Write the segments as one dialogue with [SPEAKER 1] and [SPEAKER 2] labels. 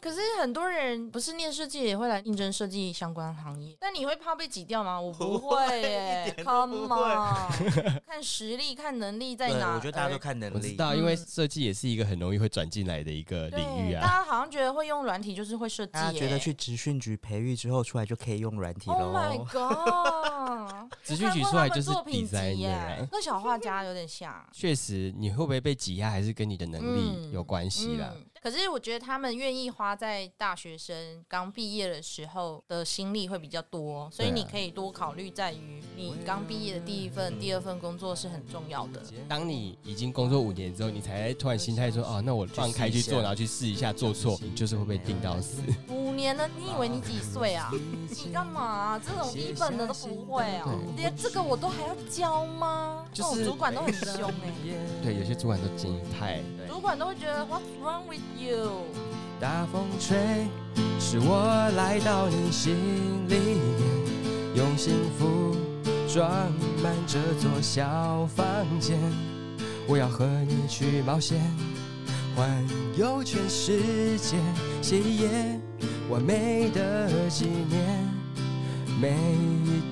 [SPEAKER 1] 可是很多人不是念设计也会来应征设计相关行业，但你会怕被挤掉吗？我不
[SPEAKER 2] 不会
[SPEAKER 1] 会耶
[SPEAKER 2] 一点都不
[SPEAKER 1] ，Come on，看实力、看能力在
[SPEAKER 2] 对，
[SPEAKER 1] 哪。
[SPEAKER 2] 我觉得大家都看
[SPEAKER 3] 我
[SPEAKER 2] 能
[SPEAKER 3] 知
[SPEAKER 2] 力。
[SPEAKER 3] 道，因为设计也是一个很容易会转进来的一个
[SPEAKER 1] 对
[SPEAKER 3] 领域
[SPEAKER 1] 大
[SPEAKER 3] 啊。
[SPEAKER 1] 家好像觉得会用软体就是会设计
[SPEAKER 2] 大家
[SPEAKER 1] 耶，
[SPEAKER 2] 觉得去职训局培育之后出来就可以用软体
[SPEAKER 1] Oh my
[SPEAKER 2] 喽？
[SPEAKER 1] god！
[SPEAKER 3] 直剧举出来就是
[SPEAKER 1] 我看过他们作品集
[SPEAKER 3] designer
[SPEAKER 1] 耶
[SPEAKER 3] 啊，
[SPEAKER 1] 跟小画家有点像。
[SPEAKER 3] 确实，你会不会被挤压，还是跟你的能力
[SPEAKER 1] 嗯
[SPEAKER 3] 有关系啦。
[SPEAKER 1] 嗯。可是我觉得他们愿意花在大学生刚毕业的时候的心力会比较多，所以
[SPEAKER 3] 对啊
[SPEAKER 1] 你可以多考虑在于你刚毕业的第一份、第二份工作是很重要的。
[SPEAKER 3] 当你已经工作五年之后，你才突然心态说：“哦，那我放开去做，然后去试一下，做错你就是会被定到死。
[SPEAKER 1] 五年了，你以为你几岁啊？你干嘛啊、这种低本的都不会哦、连这个我都还要教吗？
[SPEAKER 3] 就
[SPEAKER 1] 这种
[SPEAKER 3] 是
[SPEAKER 1] 主管都很凶哎、
[SPEAKER 3] 对，有些主管都建议派。
[SPEAKER 1] 主管都会觉得 What's wrong with you？
[SPEAKER 3] 大风吹，使我来到你心里面，用幸福装满这座小房间。我要和你去冒险，环游全世界，写一页完美的纪念，每一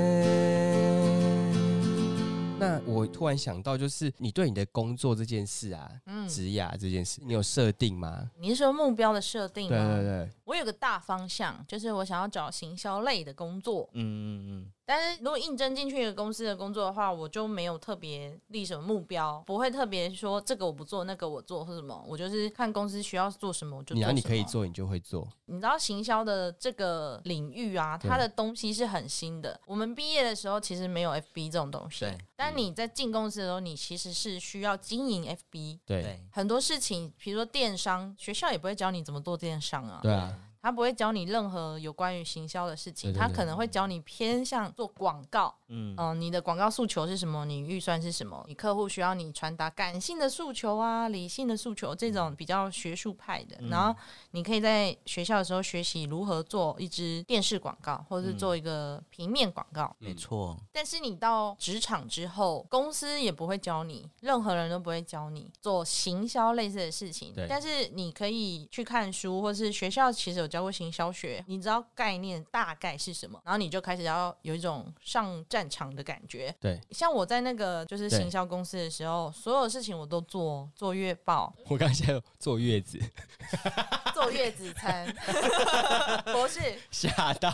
[SPEAKER 3] 天。那我突然想到，就是你对你的工作这件事啊，
[SPEAKER 1] 嗯，
[SPEAKER 3] 职涯这件事，你有设定吗？
[SPEAKER 1] 你是说目标的设定
[SPEAKER 3] 对
[SPEAKER 1] 吗？
[SPEAKER 3] 对对，
[SPEAKER 1] 我有个大方向，就是我想要找行销类的工作。
[SPEAKER 2] 嗯嗯
[SPEAKER 1] 但是如果应征进去一个公司的工作的话，我就没有特别立什么目标，不会特别说这个我不做，那个我做或什么。我就是看公司需要做什么，我就做
[SPEAKER 3] 你
[SPEAKER 1] 什
[SPEAKER 3] 要
[SPEAKER 1] 么。
[SPEAKER 3] 你可以，做，你就会做。
[SPEAKER 1] 你知道行销的这个领域啊，
[SPEAKER 3] 对
[SPEAKER 1] 它的东西是很新的。我们毕业的时候其实没有 FB 这种东西
[SPEAKER 2] 对，
[SPEAKER 3] 嗯
[SPEAKER 1] 但你在进公司的时候，你其实是需要经营 FB。
[SPEAKER 2] 嗯，
[SPEAKER 3] 对
[SPEAKER 2] 对，
[SPEAKER 1] 很多事情，比如说电商，学校也不会教你怎么做电商啊。
[SPEAKER 3] 对啊，
[SPEAKER 1] 他不会教你任何有关于行销的事情，
[SPEAKER 3] 对对对
[SPEAKER 1] 他可能会教你偏向做广告。
[SPEAKER 2] 嗯，
[SPEAKER 1] 嗯、你的广告诉求是什么？你预算是什么？你客户需要你传达感性的诉求啊，理性的诉求这种比较学术派的。然后你可以在学校的时候学习如何做一支电视广告，或是做一个平面广告。
[SPEAKER 2] 没错，
[SPEAKER 1] 但是你到职场之后，公司也不会教你，任何人都不会教你做行销类似的事情
[SPEAKER 3] 对。
[SPEAKER 1] 但是你可以去看书，或是学校其实有教过行销学，你知道概念大概是什么，然后你就开始要有一种上战场的感觉。
[SPEAKER 3] 对，
[SPEAKER 1] 像我在那个就是
[SPEAKER 3] 对
[SPEAKER 1] 行销公司的时候，所有事情我都做，做月 报、
[SPEAKER 3] 我刚才有坐月子，
[SPEAKER 1] 做月子餐， 不是。
[SPEAKER 3] 吓 到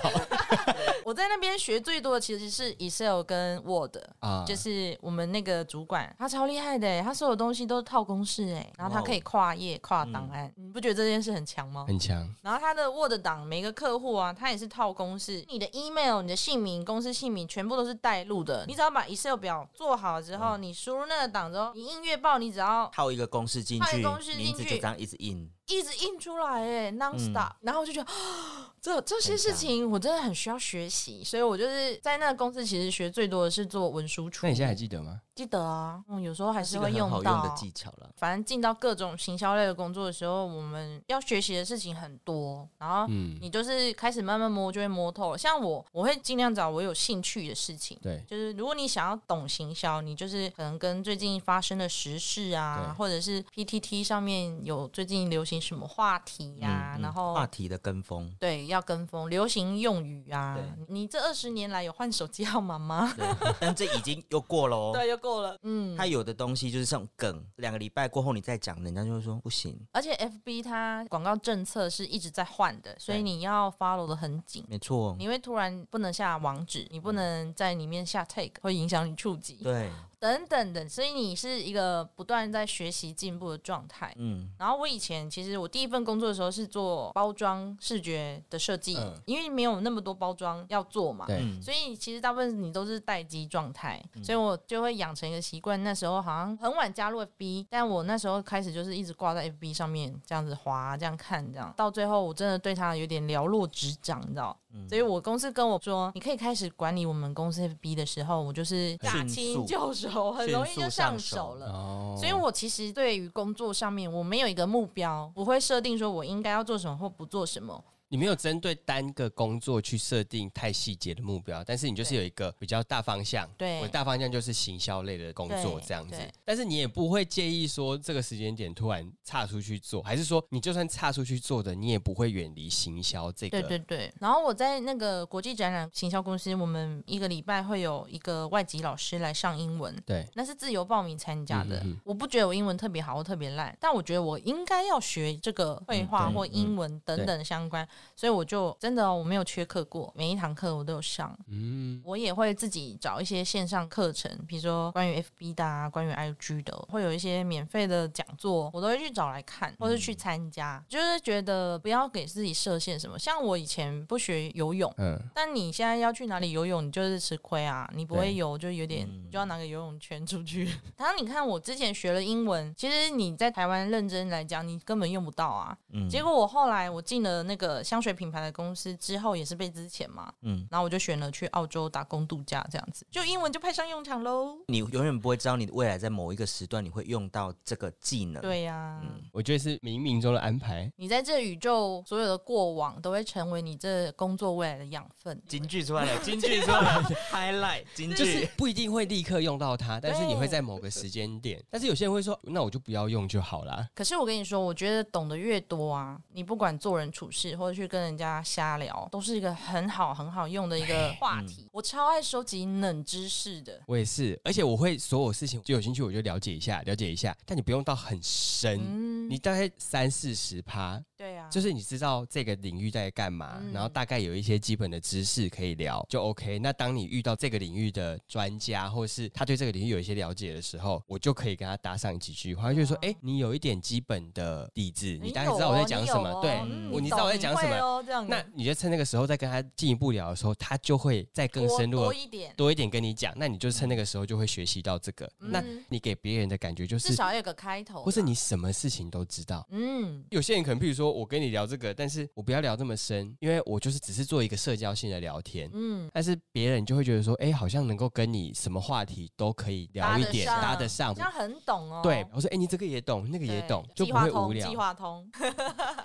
[SPEAKER 1] 我在那边学最多的其实是 Excel 跟 Word。
[SPEAKER 3] 啊！
[SPEAKER 1] 就是我们那个主管，他超厉害的耶，欸他所有东西都是套公式哎，然后他
[SPEAKER 2] 哇哦
[SPEAKER 1] 可以跨页、跨档案，你不觉得这件事很强吗？
[SPEAKER 3] 很强，
[SPEAKER 1] 然后他的 Word 档每个客户啊，他也是套公式，你的 email、你的姓名、公司姓名全部都是带入的。你只要把 Excel 表做好之后，你输入那个档之后，你印月报，你只要
[SPEAKER 2] 套一个公式进
[SPEAKER 1] 套一
[SPEAKER 2] 去
[SPEAKER 1] 个公式，进去
[SPEAKER 2] 名字就这样一直印，
[SPEAKER 1] 一直印出来哎，non stop，、然后我就觉得。 啊这这些事情我真的很需要学习，所以我就是在那个公司，其实学最多的是做文书处
[SPEAKER 3] 那。你现在还记得吗？
[SPEAKER 1] 记得啊，嗯，有时候还
[SPEAKER 2] 是
[SPEAKER 1] 是
[SPEAKER 2] 一个
[SPEAKER 1] 会
[SPEAKER 2] 很好
[SPEAKER 1] 用
[SPEAKER 2] 用
[SPEAKER 1] 到。
[SPEAKER 2] 的技巧了。
[SPEAKER 1] 反正进到各种行销类的工作的时候，我们要学习的事情很多，然后
[SPEAKER 3] 嗯，
[SPEAKER 1] 你就是开始慢慢摸，就会摸透了。像我，我会尽量找我有兴趣的事情。
[SPEAKER 3] 对，
[SPEAKER 1] 就是如果你想要懂行销，你就是可能跟最近发生的时事啊
[SPEAKER 3] 对，
[SPEAKER 1] 或者是 PTT 上面有最近流行什么话题呀、
[SPEAKER 2] 嗯嗯
[SPEAKER 1] 然后
[SPEAKER 2] 话题的跟风，
[SPEAKER 1] 对要跟风，流行用语啊
[SPEAKER 2] 对。
[SPEAKER 1] 你这二十年来有换手机号码吗？
[SPEAKER 2] 对，但这已经又过了哦。
[SPEAKER 1] 对，又够了。嗯，
[SPEAKER 2] 它有的东西就是像梗，两个礼拜过后你再讲，人家就会说不行。
[SPEAKER 1] 而且 FB 它广告政策是一直在换的，所以你要 follow 的很紧。
[SPEAKER 2] 没错，
[SPEAKER 1] 你会突然不能下网址，你不能在里面下 tag，会影响你触及
[SPEAKER 2] 嗯对，
[SPEAKER 1] 等等的，所以你是一个不断在学习进步的状态。
[SPEAKER 2] 嗯，
[SPEAKER 1] 然后我以前其实我第一份工作的时候是做包装视觉的设计，
[SPEAKER 3] 嗯
[SPEAKER 1] 因为没有那么多包装要做嘛，
[SPEAKER 3] 对
[SPEAKER 2] 嗯
[SPEAKER 1] 所以其实大部分你都是待机状态，所以我就会养成一个习惯。那时候好像很晚加入 FB，但我那时候开始就是一直挂在 FB 上面，这样子滑，这样看，这样到最后我真的对它有点了若指掌，你知道？
[SPEAKER 2] 嗯
[SPEAKER 1] 所以我公司跟我说，你可以开始管理我们公司 FB 的时候，我就是驾
[SPEAKER 2] 迅
[SPEAKER 1] 轻
[SPEAKER 2] 速
[SPEAKER 1] 就熟，很容易
[SPEAKER 2] 迅
[SPEAKER 1] 就
[SPEAKER 2] 速上
[SPEAKER 1] 上
[SPEAKER 2] 手
[SPEAKER 1] 手了。
[SPEAKER 3] 哦
[SPEAKER 1] 所以，我其实对于工作上面，我没有一个目标，我会设定说我应该要做什么或不做什么。
[SPEAKER 3] 你没有针对单个工作去设定太细节的目标，但是你就是有一个比较大方向。
[SPEAKER 1] 对
[SPEAKER 3] 我的大方向就是行销类的工作
[SPEAKER 1] 对
[SPEAKER 3] 这样子
[SPEAKER 1] 对。
[SPEAKER 3] 但是你也不会介意说这个时间点突然岔出去做，还是说你就算岔出去做的，你也不会远离行销这个？
[SPEAKER 1] 对对对，然后我在那个国际展览行销公司，我们一个礼拜会有一个外籍老师来上英文，
[SPEAKER 3] 对
[SPEAKER 1] 那是自由报名参加的。
[SPEAKER 3] 嗯嗯嗯
[SPEAKER 1] 我不觉得我英文特别好，我特别烂，但我觉得我应该要学这个绘画
[SPEAKER 3] 嗯对
[SPEAKER 1] 或英文等等相关，所以我就真的、哦、我没有缺课过，每一堂课我都有上。
[SPEAKER 3] 嗯，
[SPEAKER 1] 我也会自己找一些线上课程，比如说关于 FB 的、啊、关于 IG 的，会有一些免费的讲座，我都会去找来看，或是去参加。就是觉得不要给自己设限什么，像我以前不学游泳。
[SPEAKER 3] 嗯，
[SPEAKER 1] 但你现在要去哪里游泳，你就是吃亏啊！你不会
[SPEAKER 3] 对
[SPEAKER 1] 游，就有点
[SPEAKER 2] 嗯
[SPEAKER 1] 你就要拿个游泳圈出去。 然后你看，我之前学了英文，其实你在台湾认真来讲，你根本用不到啊。
[SPEAKER 2] 嗯
[SPEAKER 1] 结果我后来我进了那个香水品牌的公司之后，也是被之前嘛，
[SPEAKER 2] 嗯，
[SPEAKER 1] 然后我就选了去澳洲打工度假这样子，就英文就派上用场喽。
[SPEAKER 2] 你永远不会知道你未来在某一个时段你会用到这个技能。，
[SPEAKER 1] 对呀、
[SPEAKER 2] 嗯
[SPEAKER 3] 我觉得是冥冥中的安排。
[SPEAKER 1] 你在这宇宙所有的过往都会成为你这工作未来的养分。
[SPEAKER 2] 京剧出来 了，京剧出来了，highlight 京
[SPEAKER 3] 就是不一定会立刻用到 它，但是你
[SPEAKER 1] 对
[SPEAKER 3] 会在某个时间点。但是有些人会说，那我就不要用就好啦。
[SPEAKER 1] 可是我跟你说，我觉得懂得越多啊，你不管做人处事或者去跟人家瞎聊，都是一个很好很好用的一个
[SPEAKER 3] 嗯
[SPEAKER 1] 话题。我超爱收集冷知识的，
[SPEAKER 3] 我也是，而且我会所有事情就有兴趣，我就了解一下，了解一下。但你不用到很深，
[SPEAKER 1] 嗯，
[SPEAKER 3] 你大概三四十趴，
[SPEAKER 1] 对啊，
[SPEAKER 3] 就是你知道这个领域在干嘛，
[SPEAKER 1] 嗯
[SPEAKER 3] 然后大概有一些基本的知识可以聊，就 OK。那当你遇到这个领域的专家，或是他对这个领域有一些了解的时候，我就可以跟他搭上几句话，
[SPEAKER 1] 嗯
[SPEAKER 3] 他就说：“哎、你有一点基本的底子，你大概知道我在讲什么。
[SPEAKER 1] 你有哦
[SPEAKER 3] 对，
[SPEAKER 1] 嗯
[SPEAKER 2] 我
[SPEAKER 3] 你知道我在讲什
[SPEAKER 1] 懂
[SPEAKER 3] 么
[SPEAKER 1] 你会哦，这样
[SPEAKER 3] 那你就趁那个时候再跟他进一步聊的时候，他就会再更
[SPEAKER 1] 多
[SPEAKER 3] 深入
[SPEAKER 1] 多
[SPEAKER 3] 的
[SPEAKER 1] 一点，
[SPEAKER 3] 多一点跟你讲。那你就趁那个时候就会学习到这个。
[SPEAKER 1] 嗯
[SPEAKER 3] 那你给别人的感觉就
[SPEAKER 1] 至
[SPEAKER 3] 是，
[SPEAKER 1] 少要有个开头啦，
[SPEAKER 3] 或是你什么事情都知道。
[SPEAKER 1] 嗯，
[SPEAKER 3] 有些人可能，譬如说我跟你聊这个，但是我不要聊这么深，因为我就是只是做一个社交性的聊天。
[SPEAKER 1] 嗯，
[SPEAKER 3] 但是别人就会觉得说，哎、好像能够跟你什么话题都可以聊一点，搭
[SPEAKER 1] 搭
[SPEAKER 3] 得
[SPEAKER 1] 得
[SPEAKER 3] 上
[SPEAKER 1] 这。样很懂哦。
[SPEAKER 3] 对，我说，哎、你这个也懂，那个
[SPEAKER 1] 对，
[SPEAKER 3] 也懂，就
[SPEAKER 1] 计
[SPEAKER 3] 不
[SPEAKER 1] 划
[SPEAKER 3] 会无
[SPEAKER 1] 通，
[SPEAKER 3] 聊
[SPEAKER 1] 计。划通，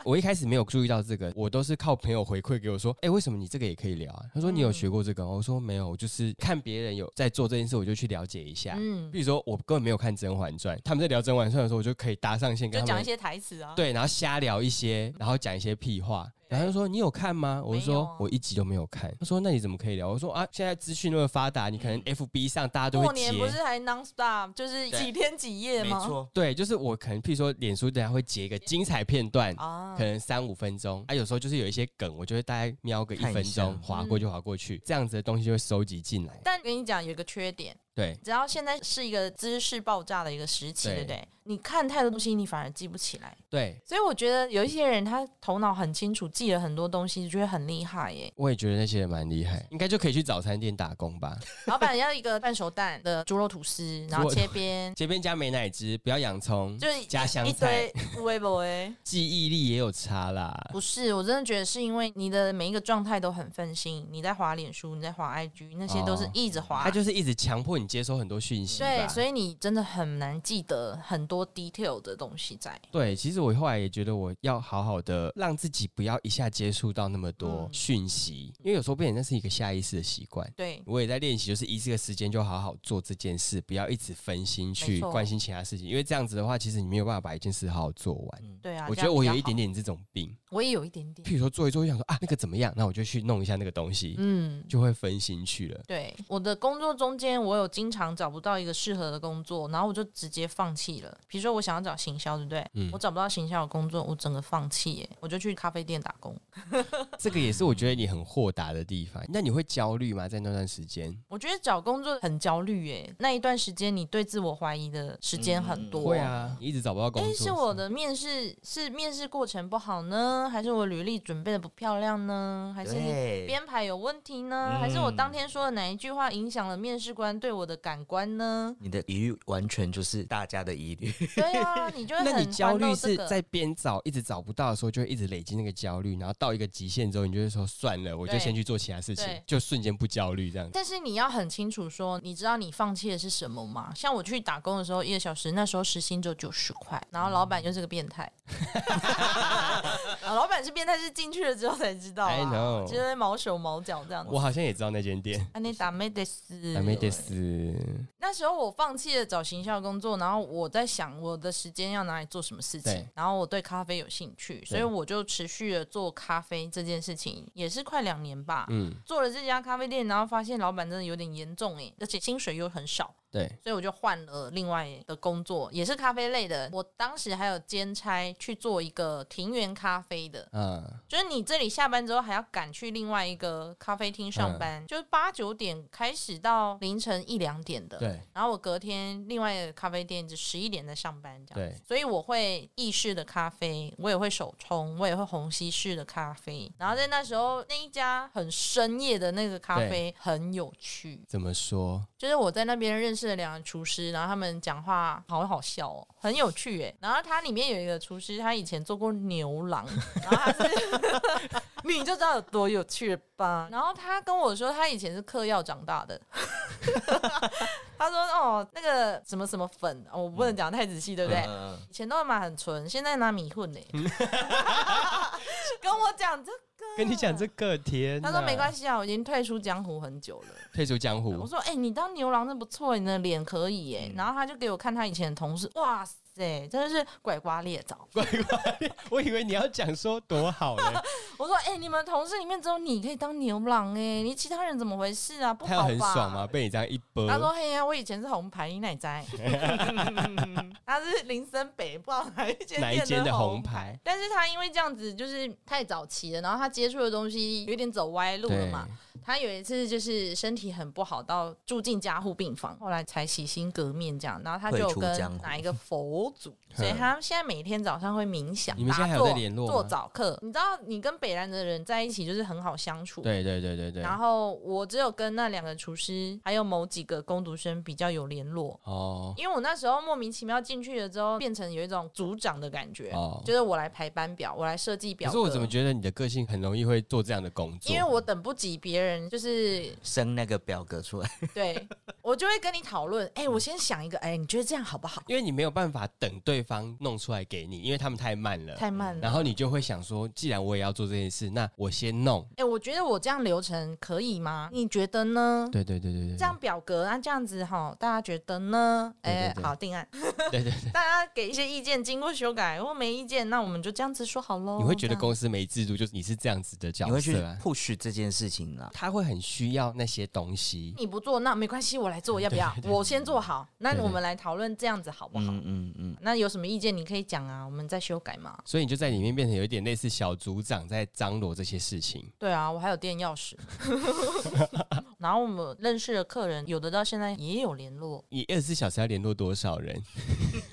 [SPEAKER 3] 我一开始没有注意到这个，我都是靠朋友回馈给我说，哎、为什么你这个也可以聊啊？他说你
[SPEAKER 1] 嗯
[SPEAKER 3] 有学过这个吗？我说没有，我就是看别人有在做这件事，我就去了解一下。
[SPEAKER 1] 嗯，
[SPEAKER 3] 比如说，我根本没有看《甄嬛传》，他们在聊《甄嬛传》的时候，我就可以搭上线跟
[SPEAKER 1] 就
[SPEAKER 3] 他
[SPEAKER 1] 讲
[SPEAKER 3] 们
[SPEAKER 1] 一些台词啊。
[SPEAKER 3] 对，然后瞎聊一些，然后讲一些屁话，然后他就说你有看吗？我就
[SPEAKER 1] 没有
[SPEAKER 3] 说
[SPEAKER 1] 啊
[SPEAKER 3] 我一集都没有看。他说那你怎么可以聊？我说啊，现在资讯那么发达，你可能 FB 上大家都
[SPEAKER 1] 嗯过
[SPEAKER 3] 会
[SPEAKER 1] 年不
[SPEAKER 3] 截。
[SPEAKER 1] 是还 non stop，就是
[SPEAKER 2] 对
[SPEAKER 1] 几天几夜
[SPEAKER 2] 没
[SPEAKER 1] 吗？
[SPEAKER 2] 错，
[SPEAKER 3] 对，就是我可能，譬如说脸书等下会截一个精彩片段，
[SPEAKER 1] 啊
[SPEAKER 3] 可，能三五分钟。啊，有时候就是有一些梗，我就会大概瞄个一
[SPEAKER 2] 看一
[SPEAKER 3] 分
[SPEAKER 2] 下
[SPEAKER 3] 钟，划过就划过去，这样子的东西就会收集进来。
[SPEAKER 1] 但跟你讲有一个缺点，
[SPEAKER 3] 对，
[SPEAKER 1] 只要现在是一个知识爆炸的一个时期，
[SPEAKER 3] 对
[SPEAKER 1] 对不对？你看太多东西，你反而记不起来。
[SPEAKER 3] 对，。
[SPEAKER 1] 所以我觉得有一些人他头脑很清楚，记了很多东西，觉得很厉害耶
[SPEAKER 3] 我也觉得那些人蛮厉害，应该就可以去早餐店打工吧。
[SPEAKER 1] 老板要一个半熟蛋的猪肉吐 司，然后
[SPEAKER 3] 猪肉
[SPEAKER 1] 切边，
[SPEAKER 3] 这边加美乃滋，不要洋葱，
[SPEAKER 1] 就是
[SPEAKER 3] 加香
[SPEAKER 1] 一
[SPEAKER 3] 菜
[SPEAKER 1] 堆，微博哎。
[SPEAKER 3] 记忆力也有差啦。
[SPEAKER 1] 不是，我真的觉得是因为你的每一个状态都很分心，你在滑脸书，你在滑 IG，那些都是
[SPEAKER 3] 哦
[SPEAKER 1] 一直滑。
[SPEAKER 3] 他就是一直强迫你接收很多讯息吧。
[SPEAKER 1] 对，所
[SPEAKER 3] 以
[SPEAKER 1] 以你真的很难记得很多 detail 的东西在。
[SPEAKER 3] 对，其实我后来也觉得我要好好的让自己不要一下接触到那么多
[SPEAKER 1] 嗯
[SPEAKER 3] 讯息，因为有时候变成那是一个下意识的习惯。
[SPEAKER 1] 对，
[SPEAKER 3] 我也在练习，就是一这个时间就好好做这件事，不要一直分心去
[SPEAKER 1] 没错
[SPEAKER 3] 关心其他事情，因为这样子的话，其实你没有办法把一件事好好做完。
[SPEAKER 2] 嗯
[SPEAKER 1] 对啊，
[SPEAKER 3] 我
[SPEAKER 1] 这
[SPEAKER 3] 觉得
[SPEAKER 1] 样
[SPEAKER 3] 我
[SPEAKER 1] 比
[SPEAKER 3] 有
[SPEAKER 1] 较
[SPEAKER 3] 一点
[SPEAKER 1] 好，
[SPEAKER 3] 点这种病，
[SPEAKER 1] 我也有一点点。
[SPEAKER 3] 譬如说做一做，就想说啊那个怎么样，那我就去弄一下那个东西，
[SPEAKER 1] 嗯，
[SPEAKER 3] 就会分心去了。
[SPEAKER 1] 对，我的工作中间，我有经常找不到一个适合的工作，然后我就直接放弃了。比如说，我想要找行销，对不对？
[SPEAKER 3] 嗯
[SPEAKER 1] 我找不到行销的工作，我整个放弃，耶，我就去咖啡店打工。嗯
[SPEAKER 3] 这个也是我觉得你很豁达的地方。那你会焦虑吗？在那段时间？
[SPEAKER 1] 我觉得找工作很焦虑，耶，那一段时间你对自我怀疑的时间很多。
[SPEAKER 3] 会啊，你一直找不到工
[SPEAKER 1] 诶
[SPEAKER 3] 作。
[SPEAKER 1] 是我的面试是面试过程不好呢，还是我履历准备的不漂亮呢，还是
[SPEAKER 2] 对，
[SPEAKER 1] 编排有问题呢，还是我
[SPEAKER 3] 嗯
[SPEAKER 1] 当天说的哪一句话影响了面试官对我的感官呢？
[SPEAKER 2] 你的疑虑完全就是大家的疑 虑。
[SPEAKER 1] 对啊，你就会
[SPEAKER 3] 那
[SPEAKER 1] 很
[SPEAKER 3] 你焦
[SPEAKER 1] 烦
[SPEAKER 3] 虑
[SPEAKER 1] 恼这
[SPEAKER 3] 是
[SPEAKER 1] 个
[SPEAKER 3] 在边找一直找不到的时候，就会一直累积那个焦虑，然后到一个极限之后，你就会说算了，我就
[SPEAKER 1] 对
[SPEAKER 3] 先去做其他事情
[SPEAKER 1] 对，
[SPEAKER 3] 就瞬间不焦虑这样。
[SPEAKER 1] 但是你要很清楚说，你知道你放弃的是什么吗？像我去打工的时候，一个小时
[SPEAKER 3] 嗯
[SPEAKER 1] 那时候时薪只有九十块，然后老板又是个变态，啊老板是变态，是进去了之后才知道、啊。
[SPEAKER 3] I know
[SPEAKER 1] 就是在毛手毛脚这样子啊
[SPEAKER 3] 我。好像也知道那间店，
[SPEAKER 1] 安内达梅德斯，
[SPEAKER 3] 还没得死。
[SPEAKER 1] 那时候我放弃了找行销工作，然后我在想我的时间要拿来做什么事情
[SPEAKER 3] 对。
[SPEAKER 1] 然后我对咖啡有兴趣，所以我就持续的做咖啡这件事情，也是快两年吧。
[SPEAKER 3] 嗯，
[SPEAKER 1] 做了这家咖啡店，然后发现老板真的有点严重哎，而且薪水又很少，
[SPEAKER 3] 对，
[SPEAKER 1] 所以我就换了另外的工作，也是咖啡类的。我当时还有兼差去做一个庭园咖啡的，
[SPEAKER 3] 嗯，
[SPEAKER 1] 就是你这里下班之后还要赶去另外一个咖啡厅
[SPEAKER 3] 嗯
[SPEAKER 1] 上班，就是八九点开始到凌晨一两点的。
[SPEAKER 3] 对，
[SPEAKER 1] 然后我隔天另外一个咖啡店就十一点在上班这样
[SPEAKER 3] 对
[SPEAKER 1] 子，所以我会意式的咖啡，我也会手冲，我也会虹吸式的咖啡。然后在那时候那一家很深夜的那个咖啡很有趣，
[SPEAKER 3] 怎么说？
[SPEAKER 1] 就是我在那边认识了两个厨师，然后他们讲话好好笑哦，很有趣哎。然后它里面有一个厨师，他以前做过牛郎，然后他是 你就知道有多有趣了吧。然后他跟我说，他以前是嗑药长大的。 他说：“哦，那个什么什么粉，哦、我不能讲太仔细，对不对？
[SPEAKER 2] 嗯
[SPEAKER 1] 以前都嘛很纯，现在拿米混嘞。 跟我讲这，
[SPEAKER 3] 跟你讲这个天，
[SPEAKER 1] 他说没关，系啊，我已经退出江湖很久了。”
[SPEAKER 3] 退出江
[SPEAKER 1] 我
[SPEAKER 3] 湖。
[SPEAKER 1] 说：“哎、你当牛郎真不错，你的脸可以哎。
[SPEAKER 3] 嗯
[SPEAKER 1] 然后他就给我看他以前的同事，哇塞，真的是拐瓜裂枣。
[SPEAKER 3] 我以为你要讲说 多好嘞，
[SPEAKER 1] 我说：“哎、你们同事里面只有你可以当牛郎哎，你其他人怎么回事啊？不
[SPEAKER 3] 他有
[SPEAKER 1] 好
[SPEAKER 3] 很
[SPEAKER 1] 吧？”
[SPEAKER 3] 爽吗？被你这样一波，
[SPEAKER 1] 他说：“嘿呀、我以前是红牌奶摘， 他是林森北，不知道哪一间
[SPEAKER 3] 哪一
[SPEAKER 1] 店
[SPEAKER 3] 间的红
[SPEAKER 1] 红
[SPEAKER 3] 牌。
[SPEAKER 1] 但是他因为这样子就是太早期了，然后他接触的东西有点走歪路了
[SPEAKER 3] 对，
[SPEAKER 1] 嘛。他有一次就是身体很不好，到住进加护病房，后来才洗心革面这样。然后他就有
[SPEAKER 2] 退出江
[SPEAKER 1] 跟
[SPEAKER 2] 湖
[SPEAKER 1] 哪一个佛 祖，所以他现在每天早上会冥想，
[SPEAKER 3] 嗯你们现在还有
[SPEAKER 1] 打坐
[SPEAKER 3] 在联络吗
[SPEAKER 1] 做早课。你知道，你跟北兰的人在一起就是很好相处。
[SPEAKER 3] 对对对对对。
[SPEAKER 1] 然后我只有跟那两个厨师，还有某几个工读生比较有联络，
[SPEAKER 3] 哦
[SPEAKER 1] 因为我那时候莫名其妙进去了之后，变成有一种组长的感觉，
[SPEAKER 3] 哦，
[SPEAKER 1] 就是我来排班表，我来设计表
[SPEAKER 3] 可
[SPEAKER 1] 格。
[SPEAKER 3] 是我怎么觉得你的个性很容易会做这样的工作？
[SPEAKER 1] 因为我等不及别人，就是
[SPEAKER 2] 生那个表格出来，
[SPEAKER 1] 对我就会跟你讨论，哎、我先想一个，哎、你觉得这样好不好？
[SPEAKER 3] 因为你没有办法等对方弄出来给你，因为他们太慢了。
[SPEAKER 1] 太慢了。
[SPEAKER 3] 然后你就会想说，既然我也要做这件事，那我先弄。
[SPEAKER 1] 哎、我觉得我这样流程可以吗？你觉得呢？
[SPEAKER 3] 对对对对对，
[SPEAKER 1] 这样表格啊，这样子哈，大家觉得呢？
[SPEAKER 3] 对对
[SPEAKER 1] 哎、
[SPEAKER 3] 对
[SPEAKER 1] 好，定案。
[SPEAKER 3] 对对对，
[SPEAKER 1] 大家给一些意见，经过修改或没意见，那我们就这样子说好喽。
[SPEAKER 3] 你会觉
[SPEAKER 1] 哦这
[SPEAKER 3] 得
[SPEAKER 1] 样
[SPEAKER 3] 公司没制度，就是你是这样子的角
[SPEAKER 2] 你会去
[SPEAKER 3] 色、啊，
[SPEAKER 2] push 这件事情啦。
[SPEAKER 3] 他会很需要那些东西。
[SPEAKER 1] 你不做那没关系，我来
[SPEAKER 3] 嗯
[SPEAKER 1] 做，要不要？我先做好，那
[SPEAKER 3] 对
[SPEAKER 1] 我们来讨论这样子好不好？
[SPEAKER 2] 嗯嗯嗯，
[SPEAKER 1] 那有什么意见你可以讲啊，我们再修改嘛。
[SPEAKER 3] 所以你就在里面变成有一点类似小组长在张罗这些事情。
[SPEAKER 1] 对啊，我还有电钥匙。 然后我们认识的客人，有的到现在也有联络。
[SPEAKER 3] 你二十四小时要联络多少人，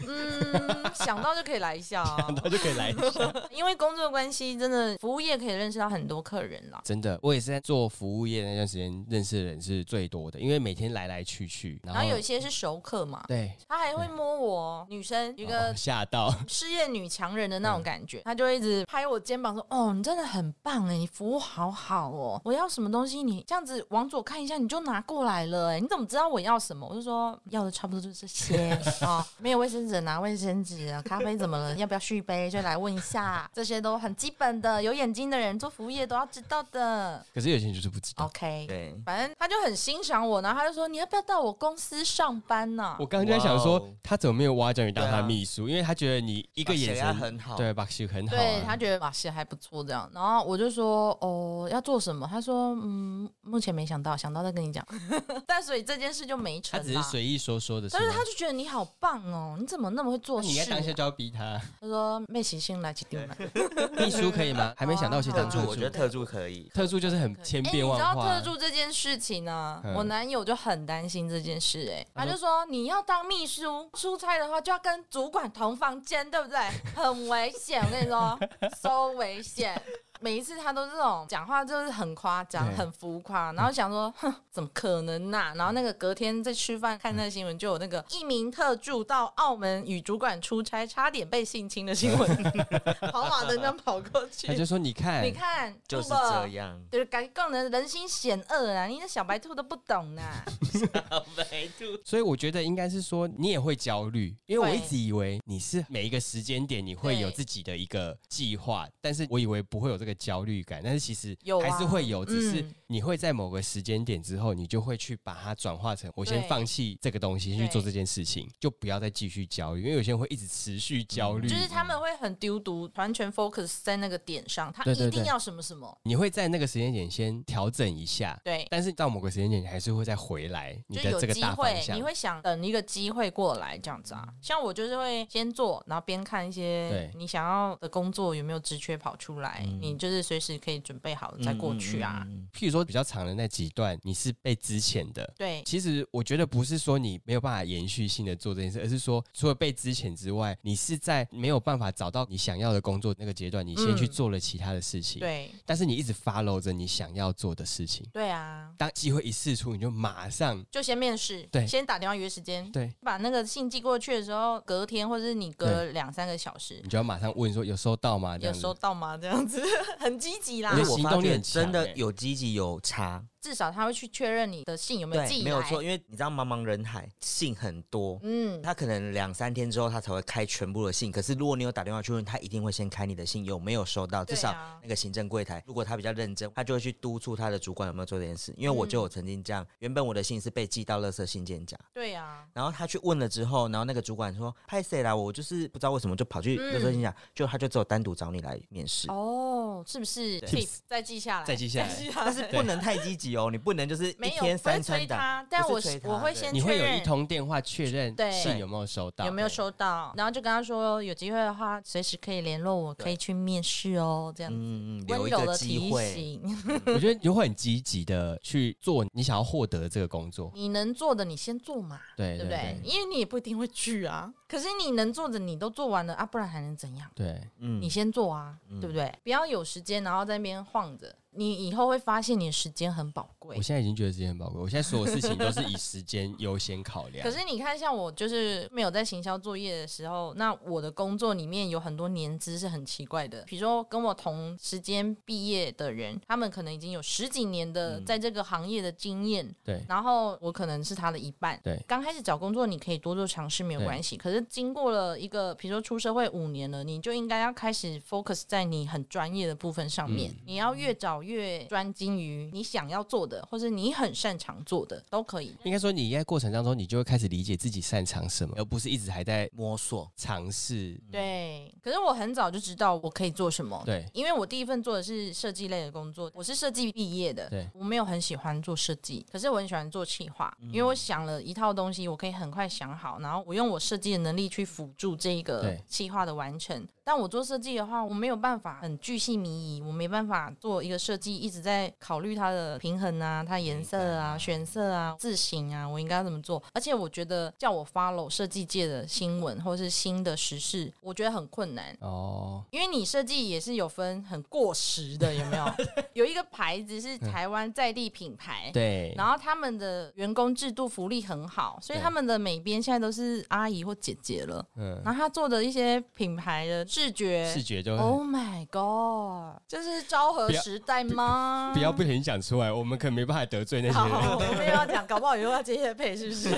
[SPEAKER 1] 嗯，想到就可以来一下啊，
[SPEAKER 3] 他就可以来一下。
[SPEAKER 1] 因为工作关系，真的服务业可以认识到很多客人啦。
[SPEAKER 3] 真的，我也是在做服务业那段时间认识的人是最多的，因为每天来来去去，然
[SPEAKER 1] 然后有一些是熟客嘛，
[SPEAKER 3] 对
[SPEAKER 1] 他还会摸我哦，女生有一个
[SPEAKER 3] 哦吓到，
[SPEAKER 1] 事业女强人的那种感觉，她就会一直拍我肩膀说：“哦，你真的很棒哎，你服务好好哦，我要什么东西你这样子往左看一下你就拿过来了哎，你怎么知道我要什么？”我就说要的差不多就是这些哦，没有卫生纸拿卫生纸啊，咖啡怎么了？要 不要续杯？就来问一下，这些都很基本的，有眼睛的人做服务业都要知道的。
[SPEAKER 3] 可是有些人就是不知道。
[SPEAKER 1] OK，
[SPEAKER 2] 对，
[SPEAKER 1] 反正他就很欣赏我，然后他就说：“你要不要到我公司上班呢、
[SPEAKER 3] 我刚刚就在想
[SPEAKER 2] 哇
[SPEAKER 3] 说
[SPEAKER 2] 哦，
[SPEAKER 3] 他怎么没有挖角你当他
[SPEAKER 2] 对啊
[SPEAKER 3] 秘书？因为他觉得你一
[SPEAKER 2] 一
[SPEAKER 3] 个眼神
[SPEAKER 2] 啊很好，
[SPEAKER 3] 对，把戏很好啊、
[SPEAKER 1] 对他觉得马戏还不错这样，然后我就说哦要做什么，他说嗯目前没想到，想到再跟你讲， 但所以这件事就没成
[SPEAKER 3] 他只是
[SPEAKER 1] 啦。
[SPEAKER 3] 随意说说的是
[SPEAKER 1] 但
[SPEAKER 3] 吗，
[SPEAKER 1] 是他就觉得你好棒哦，你怎么那么会做
[SPEAKER 3] 那你应该
[SPEAKER 1] 事啊、
[SPEAKER 3] 当下就要逼他。
[SPEAKER 1] 他说妹其先来起定来，
[SPEAKER 3] 秘书可以吗？还没想到去
[SPEAKER 1] 好啊
[SPEAKER 3] 当
[SPEAKER 2] 特
[SPEAKER 3] 哦
[SPEAKER 2] 助
[SPEAKER 3] 特助，
[SPEAKER 2] 我觉得特助可以，
[SPEAKER 3] 特助就是很千
[SPEAKER 1] 哎、
[SPEAKER 3] 变
[SPEAKER 1] 你知道
[SPEAKER 3] 万
[SPEAKER 1] 特
[SPEAKER 3] 化。啊
[SPEAKER 1] 助这件事情呢、
[SPEAKER 3] 嗯
[SPEAKER 1] 我男友就很担心这件事、哎，
[SPEAKER 3] 他
[SPEAKER 1] 他
[SPEAKER 3] 说
[SPEAKER 1] 就说你要当秘书，出差的话就要跟主管同房间，对不对？很危险，我跟你说，so 危险。每一次他都这种讲话就是很夸张、
[SPEAKER 3] 对
[SPEAKER 1] 很浮夸，然后想说，哼，怎么可能呐、然后那个隔天在吃饭看那新闻，就有那个一名特助到澳门与主管出差，差点被性侵的新闻， 跑马灯这样跑过去
[SPEAKER 3] 他，就说你看
[SPEAKER 1] 你，看，
[SPEAKER 2] 就是
[SPEAKER 1] 不
[SPEAKER 2] 这。样。
[SPEAKER 1] 对，改更的人心险恶啊！你那小白兔都不懂呐、啊
[SPEAKER 2] 白兔，
[SPEAKER 3] 所以我觉得应该是说你也会焦虑，因为我
[SPEAKER 1] 会
[SPEAKER 3] 一直以为你是每一个时间点你会
[SPEAKER 1] 对
[SPEAKER 3] 有自己的一个计划，但是我以为不会有这个焦虑感，但是其实
[SPEAKER 1] 有啊
[SPEAKER 3] 还是会有，只是
[SPEAKER 1] 嗯
[SPEAKER 3] 你会在某个时间点之后，你就会去把它转化成我先
[SPEAKER 1] 对
[SPEAKER 3] 放弃这个东西去
[SPEAKER 1] 对嗯
[SPEAKER 3] 做这件事情，就不要再继续焦虑，因为有些人会一直持续焦虑，
[SPEAKER 1] 就是他们会很丢毒，完全 focus 在那个点上，他
[SPEAKER 3] 对对
[SPEAKER 1] 一
[SPEAKER 3] 对
[SPEAKER 1] 定要什么什么。
[SPEAKER 3] 你会在那个时间点先调整一下，
[SPEAKER 1] 对，
[SPEAKER 3] 但是到某个时间点，你还是会再回来你
[SPEAKER 1] 就
[SPEAKER 3] 的
[SPEAKER 1] 有
[SPEAKER 3] 这个
[SPEAKER 1] 机
[SPEAKER 3] 大方
[SPEAKER 1] 会，
[SPEAKER 3] 向嗯
[SPEAKER 1] 你。会想等一个机会过来这样子啊。像我就是会先做，然后边看一些
[SPEAKER 3] 对嗯
[SPEAKER 1] 你想要的工作有没有职缺跑出来，你就是随时可以准备好再过去啊。
[SPEAKER 2] 嗯。嗯嗯嗯
[SPEAKER 3] 譬如说比较长的那几段，你是被之前的。
[SPEAKER 1] 对，
[SPEAKER 3] 其实我觉得不是说你没有办法延续性的做这件事，而是说除了被之前之外，你是在没有办法找到你想要的工作那个阶段，你先去
[SPEAKER 1] 嗯
[SPEAKER 3] 做了其他的事情。，
[SPEAKER 1] 对，
[SPEAKER 3] 但是你一直 follow 着你想要做的事情。
[SPEAKER 1] 对啊，
[SPEAKER 3] 当机会一试出，你就马上
[SPEAKER 1] 就先面试，
[SPEAKER 3] 对
[SPEAKER 1] 先打电话约时间，
[SPEAKER 3] 对，
[SPEAKER 1] 把那个信寄过去的时候，隔天或者是你隔了两三个小时
[SPEAKER 3] 你，就要马上问说有收到
[SPEAKER 2] 啊
[SPEAKER 3] 吗？这
[SPEAKER 1] 有
[SPEAKER 3] 样子
[SPEAKER 1] 收到吗？这样子 很积极啦
[SPEAKER 3] 我
[SPEAKER 2] 因，为
[SPEAKER 3] 觉得
[SPEAKER 2] 我
[SPEAKER 3] 行
[SPEAKER 2] 发
[SPEAKER 3] 动力
[SPEAKER 2] 觉
[SPEAKER 3] 很强
[SPEAKER 2] 真的
[SPEAKER 3] 欸
[SPEAKER 2] 有积极有差，
[SPEAKER 1] 至少他会去确认你的信有没有寄
[SPEAKER 2] 没有错。
[SPEAKER 1] 来。
[SPEAKER 2] 因为你知道茫茫人海，信很多，
[SPEAKER 1] 嗯，
[SPEAKER 2] 他可能两三天之后他才会开全部的信。可是如果你有打电话去问，他一定会先开你的信有没有收到，至
[SPEAKER 1] 对啊
[SPEAKER 2] 少那个行政柜台，如果他比较认真，他就会去督促他的主管有没有做这件事。
[SPEAKER 1] 嗯
[SPEAKER 2] 因为我就有曾经这样，原本我的信是被寄到垃圾信件夹，
[SPEAKER 1] 对啊，
[SPEAKER 2] 然后他去问了之后，然后那个主管说派谁啦，我就是不知道为什么就跑去
[SPEAKER 1] 嗯
[SPEAKER 2] 垃圾信夹，就他就只有单独找你来面试。
[SPEAKER 1] 哦，是不是
[SPEAKER 2] 对
[SPEAKER 1] tips 再记下来？
[SPEAKER 3] 再记下来
[SPEAKER 2] 但是不能太积极哦，你不能就是一
[SPEAKER 1] 没有，不会
[SPEAKER 2] 天三
[SPEAKER 1] 催
[SPEAKER 2] 餐打。
[SPEAKER 1] 他，但我
[SPEAKER 2] 不是催他
[SPEAKER 1] 我会
[SPEAKER 2] 对
[SPEAKER 1] 先
[SPEAKER 3] 你
[SPEAKER 1] 确
[SPEAKER 3] 会有一
[SPEAKER 1] 认
[SPEAKER 3] 通电话确认
[SPEAKER 1] 对
[SPEAKER 3] 信有没有收到，
[SPEAKER 1] 有没有
[SPEAKER 2] 对
[SPEAKER 1] 收到，然后就跟他说有机会的话，随时可以联络我，可以去面试哦，这样子。
[SPEAKER 2] 嗯嗯，
[SPEAKER 1] 温
[SPEAKER 2] 留一
[SPEAKER 1] 柔
[SPEAKER 2] 个
[SPEAKER 1] 的
[SPEAKER 2] 机
[SPEAKER 1] 提
[SPEAKER 2] 会。
[SPEAKER 1] 醒，
[SPEAKER 3] 我觉得你会很积极的去做你想要获得这个工作，
[SPEAKER 1] 你能做的你先做嘛，
[SPEAKER 3] 对
[SPEAKER 1] 对不
[SPEAKER 3] 对
[SPEAKER 1] 对？因为你也不一定会去啊。可是你能做的你都做完了啊，不然还能怎样？
[SPEAKER 3] 对
[SPEAKER 2] 嗯
[SPEAKER 1] 你先做啊，对不对？不要有时间然后在那边晃着，你以后会发现你的时间很宝贵
[SPEAKER 3] 我。现在已经觉得时间很宝贵，我现在所有事情都是以时间优先考量。
[SPEAKER 1] 可是你看，像我就是没有在行销作业的时候，那我的工作里面有很多年资是很奇怪的，比如说跟我同时间毕业的人，他们可能已经有十几年的
[SPEAKER 2] 嗯
[SPEAKER 1] 在这个行业的经验，
[SPEAKER 3] 对
[SPEAKER 1] 然后我可能是他的一半。
[SPEAKER 3] 对
[SPEAKER 1] 刚开始找工作你可以多做尝试没有
[SPEAKER 3] 对
[SPEAKER 1] 关系，可是经过了一个，比如说出社会五年了，你就应该要开始 focus 在你很专业的部分上面。
[SPEAKER 3] 嗯
[SPEAKER 1] 你要越找越专精于你想要做的，或是你很擅长做的都可以。
[SPEAKER 3] 应该说，你在过程当中，你就会开始理解自己擅长什么，而不是一直还在
[SPEAKER 2] 摸索，
[SPEAKER 3] 尝试。
[SPEAKER 1] 对，可是我很早就知道我可以做什么。
[SPEAKER 3] 嗯对
[SPEAKER 1] 因为我第一份做的是设计类的工作，我是设计毕业的。
[SPEAKER 3] 对
[SPEAKER 1] 我没有很喜欢做设计，可是我很喜欢做企划，
[SPEAKER 3] 嗯
[SPEAKER 1] 因为我想了一套东西，我可以很快想好，然后我用我设计的能力去辅助这一个
[SPEAKER 3] 对
[SPEAKER 1] 企划的完成。但我做设计的话，我没有办法很巨细靡遗，我没办法做一个设计一直在考虑它的平衡啊、它颜色啊、选色啊、字形啊，我应该要怎么做？而且我觉得叫我 follow 设计界的新闻或是新的时事，我觉得很困难。
[SPEAKER 3] 哦，
[SPEAKER 1] 因为你设计也是有分很过时的，有没有？有一个牌子是台湾在地品牌，
[SPEAKER 3] 对，
[SPEAKER 1] 然后他们的员工制度福利很好，所以
[SPEAKER 3] 对
[SPEAKER 1] 他们的美编现在都是阿姨或姐姐了。
[SPEAKER 3] 嗯，
[SPEAKER 1] 然后他做的一些品牌的视觉
[SPEAKER 3] 视觉就
[SPEAKER 1] o h my god，这是昭和时代吗？
[SPEAKER 3] 不要不小心讲出来，我们可能没办法得罪那些人。
[SPEAKER 1] 好，我们又要讲，搞不好以后要接业配，是不是？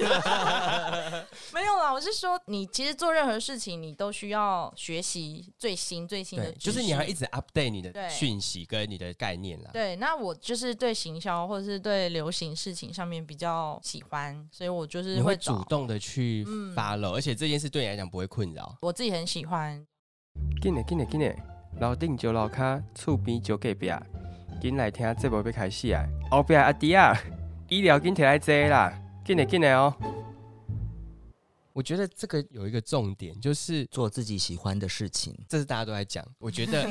[SPEAKER 1] 没有啦，我是说，你其实做任何事情，你都需要学习最新最新的
[SPEAKER 3] 对，
[SPEAKER 1] 知识，
[SPEAKER 3] 就是你要一直 update 你的
[SPEAKER 1] 对
[SPEAKER 3] 讯息跟你的概念啦。
[SPEAKER 1] 对，那我就是对行销或者是对流行事情上面比较喜欢，所以我就是
[SPEAKER 3] 你会
[SPEAKER 1] 找嗯
[SPEAKER 3] 主动的去 follow，、而且这件事对你来讲不会困扰。
[SPEAKER 1] 我自己很喜欢。
[SPEAKER 4] 紧嘞紧嘞紧嘞，楼顶就楼骹，厝边就隔壁，紧来听节目要开始啊！后壁的阿弟啊，医疗紧摕来坐啦，紧嘞紧嘞哦。
[SPEAKER 3] 我觉得这个有一个重点，就是
[SPEAKER 2] 做自己喜欢的事情。
[SPEAKER 3] 这是大家都在讲。我觉得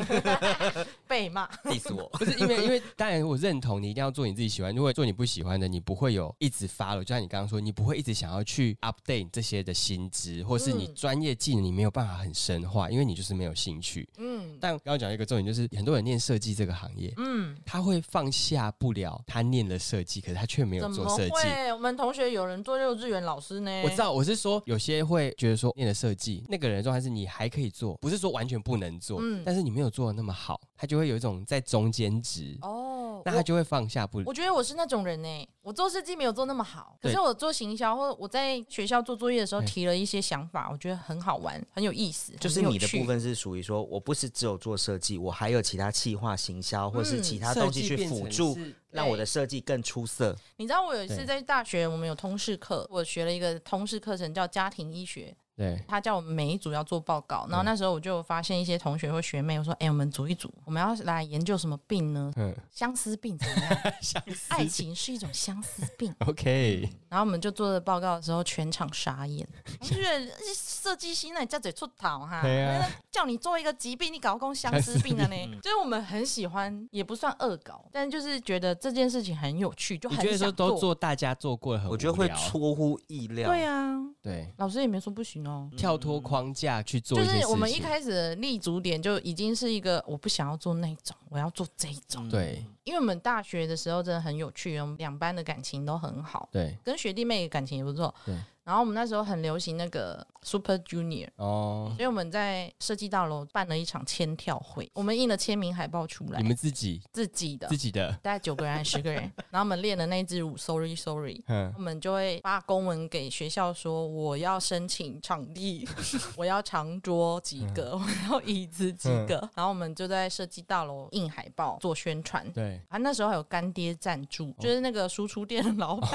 [SPEAKER 1] 被被骂。
[SPEAKER 2] ，diss 我。
[SPEAKER 4] 不是因为因为
[SPEAKER 3] 当然，我认同你一定要做你自己喜欢。如果做你不喜欢的，你不会有一直发了。就像你刚刚说，你不会一直想要去 update 你这些的薪资，或是你
[SPEAKER 1] 嗯
[SPEAKER 3] 专业技能你没有办法很深化，因为你就是没有兴趣。
[SPEAKER 1] 嗯
[SPEAKER 3] 但刚刚讲一个重点，就是很多人念设计这个行业，
[SPEAKER 1] 嗯，
[SPEAKER 3] 他会放下不了他念了设计，可是他却没有
[SPEAKER 1] 怎
[SPEAKER 3] 做
[SPEAKER 1] 么
[SPEAKER 3] 设计。
[SPEAKER 1] 会？我们同学有人做幼稚园老师呢。
[SPEAKER 3] 我知道，我是说，有些会觉得说念了设计，那个人的状态是你还可以做，不是说完全不能做，
[SPEAKER 1] 嗯
[SPEAKER 3] 但是你没有做的那么好，他就会有一种在中间值，
[SPEAKER 1] 哦，
[SPEAKER 3] 那他就会放下不了。
[SPEAKER 1] 我觉得我是那种人呢、我做设计没有做那么好，可
[SPEAKER 3] 对
[SPEAKER 1] 是我做行销或者我在学校做作业的时候
[SPEAKER 3] 哎
[SPEAKER 1] 提了一些想法，我觉得很好玩，很有意思，
[SPEAKER 2] 就是
[SPEAKER 1] 很有
[SPEAKER 2] 你的
[SPEAKER 1] 趣
[SPEAKER 2] 部。分是属于说，我不是只有做设计，我还有其他企划、行销，或是
[SPEAKER 1] 嗯
[SPEAKER 2] 其他东西去辅助，让我
[SPEAKER 1] 对
[SPEAKER 2] 的设计更出色。
[SPEAKER 1] 你知道我有一次
[SPEAKER 3] 对
[SPEAKER 1] 在大学，我们有通识课，我学了一个通识课程叫家庭医学，
[SPEAKER 3] 对，
[SPEAKER 1] 他叫我们每一组要做报
[SPEAKER 3] 嗯
[SPEAKER 1] 告，然后那时候我就发现一些同学或学妹，我说：“哎、我们组一组，我们要来研究什么病 呢？
[SPEAKER 3] 嗯
[SPEAKER 1] 相思病怎么样？
[SPEAKER 3] 相思
[SPEAKER 1] 爱情是一种相思病。
[SPEAKER 3] ，OK，”
[SPEAKER 1] 然后我们就做了报告的时候，全场傻 眼，我就觉得这设计师那你这嘴出逃哈，
[SPEAKER 3] 对啊嗯
[SPEAKER 1] 那叫你做一个疾病，你搞公相思病 了呢。就是我们很喜欢，也不算恶搞，但就是觉得这件事情很有趣，就
[SPEAKER 3] 你
[SPEAKER 1] 很
[SPEAKER 3] 觉得说
[SPEAKER 1] 想
[SPEAKER 3] 都做大家做过了很无聊，
[SPEAKER 2] 我觉得会出乎意料。
[SPEAKER 1] 对啊，
[SPEAKER 3] 对
[SPEAKER 1] 老师也没说不行哦。
[SPEAKER 3] 跳脱框架去做
[SPEAKER 1] 就
[SPEAKER 3] 一些事情，
[SPEAKER 1] 是我们一开始的立足点就已经是一个我不想要做那种，我要做这一种。
[SPEAKER 3] 对
[SPEAKER 1] 因为我们大学的时候真的很有趣，我们两班的感情都很好，
[SPEAKER 3] 对
[SPEAKER 1] 跟学弟妹的感情也不错
[SPEAKER 3] 对。
[SPEAKER 1] 然后我们那时候很流行那个 Super Junior，
[SPEAKER 3] 哦，
[SPEAKER 1] 所以我们在设计大楼办了一场签跳会，我们印了签名海报出来
[SPEAKER 3] 你，们自己
[SPEAKER 1] 自己的
[SPEAKER 3] 自。己的，
[SPEAKER 1] 大概九个人、十个人，然后我们练的那支舞，sorry sorry，
[SPEAKER 3] 嗯
[SPEAKER 1] 我们就会发公文给学校说，我要申请场地， 我要长桌几个，
[SPEAKER 3] 嗯
[SPEAKER 1] 我要椅子几个，然后我们就在设计大楼印海报做宣传。
[SPEAKER 3] 对，哦
[SPEAKER 1] 啊，那时候还有干爹赞助，就是那个输出店的老板。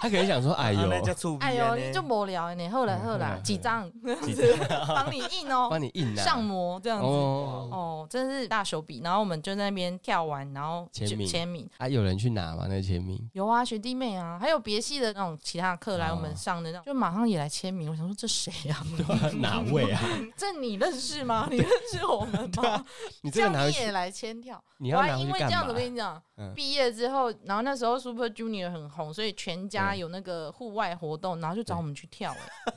[SPEAKER 3] 他可能想 说，哎
[SPEAKER 2] 啊，那就
[SPEAKER 3] 呦，
[SPEAKER 2] 出
[SPEAKER 1] 哎呦，你就无聊呢，后来后来几张， 帮你印哦
[SPEAKER 3] 嗯帮，你印啊，
[SPEAKER 1] 上模这样子。
[SPEAKER 3] 哦，
[SPEAKER 1] 哦，真是大手笔。然后我们就在那边跳完，然后就
[SPEAKER 3] 签名
[SPEAKER 1] 签名。
[SPEAKER 3] 啊，有人去拿吗？那个签名，
[SPEAKER 1] 有啊，学弟妹啊，还有别系的那种其他课来
[SPEAKER 3] 哦
[SPEAKER 1] 我们上的那种，就马上也来签名。我想说这谁啊？
[SPEAKER 3] 哪位啊？
[SPEAKER 1] 这你认识吗？你认识我们吗？
[SPEAKER 3] 你
[SPEAKER 1] 这
[SPEAKER 3] 这
[SPEAKER 1] 样
[SPEAKER 3] 个拿回
[SPEAKER 1] 你
[SPEAKER 3] 去，
[SPEAKER 1] 也来签跳？
[SPEAKER 3] 你
[SPEAKER 1] 我
[SPEAKER 3] 要
[SPEAKER 1] 还
[SPEAKER 3] 拿回
[SPEAKER 1] 因
[SPEAKER 3] 去
[SPEAKER 1] 为这
[SPEAKER 3] 干
[SPEAKER 1] 样子，
[SPEAKER 3] 嘛
[SPEAKER 1] 我？跟你讲
[SPEAKER 3] 嗯，
[SPEAKER 1] 毕业之后，然后那时候 Super Junior 很红，所以全家
[SPEAKER 3] 对
[SPEAKER 1] 有那个户外活动，然后就找我们去跳、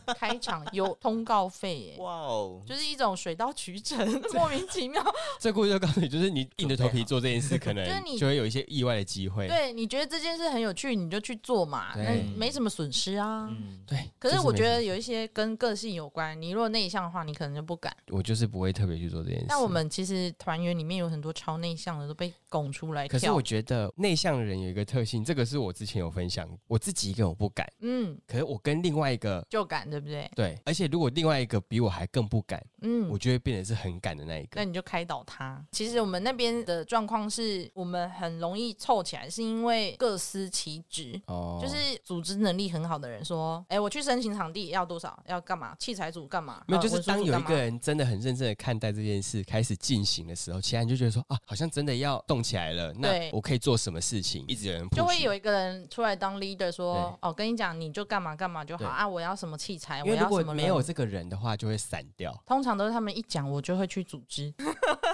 [SPEAKER 1] 哎，开场有通告费、哎。
[SPEAKER 2] 哇哦，
[SPEAKER 1] 就是一种水到渠 成，莫名其妙。
[SPEAKER 3] 这故事就告诉你，就是你硬着头皮做这件事，可
[SPEAKER 1] 就是
[SPEAKER 3] 能
[SPEAKER 1] 你
[SPEAKER 3] 就会有一些意外的机会。
[SPEAKER 1] 对，你觉得这件事很有趣，你就去做嘛，
[SPEAKER 3] 对
[SPEAKER 1] 那没什么损失啊。
[SPEAKER 2] 嗯，
[SPEAKER 3] 对，
[SPEAKER 1] 可是
[SPEAKER 3] 就
[SPEAKER 1] 我
[SPEAKER 3] 没
[SPEAKER 1] 觉得有一些跟个性有关，你如果内向的话，你可能就不敢。
[SPEAKER 3] 我就是不会特别去做这件事。
[SPEAKER 1] 但我们其实团员里面有很多超内向的都被拱出来
[SPEAKER 3] 可是
[SPEAKER 1] 跳
[SPEAKER 3] 我，觉得内向的人有一个特性，这个是我之前有分享，我自己一个人我不敢，
[SPEAKER 1] 嗯，
[SPEAKER 3] 可是我跟另外一个
[SPEAKER 1] 就敢，对不对？
[SPEAKER 3] 对，而且如果另外一个比我还更不敢，
[SPEAKER 1] 嗯
[SPEAKER 3] 我，就会变得是很敢的那一
[SPEAKER 1] 那
[SPEAKER 3] 个。
[SPEAKER 1] 你就开导他。其实我们那边的状况是我们很容易凑起来，是因为各司其职。
[SPEAKER 3] 哦
[SPEAKER 1] 就是组织能力很好的人说，哎、我去申请场地要多少，要干嘛？器材组干嘛？
[SPEAKER 3] 没有，
[SPEAKER 1] 呃
[SPEAKER 3] 就是
[SPEAKER 1] 文书
[SPEAKER 3] 当
[SPEAKER 1] 组
[SPEAKER 3] 有一
[SPEAKER 1] 干
[SPEAKER 3] 个
[SPEAKER 1] 嘛
[SPEAKER 3] 人真的很认真的看待这件事，开始进行的时候，其他人就觉得说啊，好像真的要动起来了，那
[SPEAKER 1] 对
[SPEAKER 3] 我可以做什么事情？一直有人 push
[SPEAKER 1] 就会有一个人出来当 leader 说，哦，跟你讲，你就干嘛干嘛就好
[SPEAKER 3] 对
[SPEAKER 1] 啊，我要什么器材，
[SPEAKER 3] 因
[SPEAKER 1] 我
[SPEAKER 3] 为如
[SPEAKER 1] 要
[SPEAKER 3] 果
[SPEAKER 1] 什么
[SPEAKER 3] 没有
[SPEAKER 1] 人
[SPEAKER 3] 这个人的话，就会散掉
[SPEAKER 1] 。通常都是他们一讲，我就会去组织。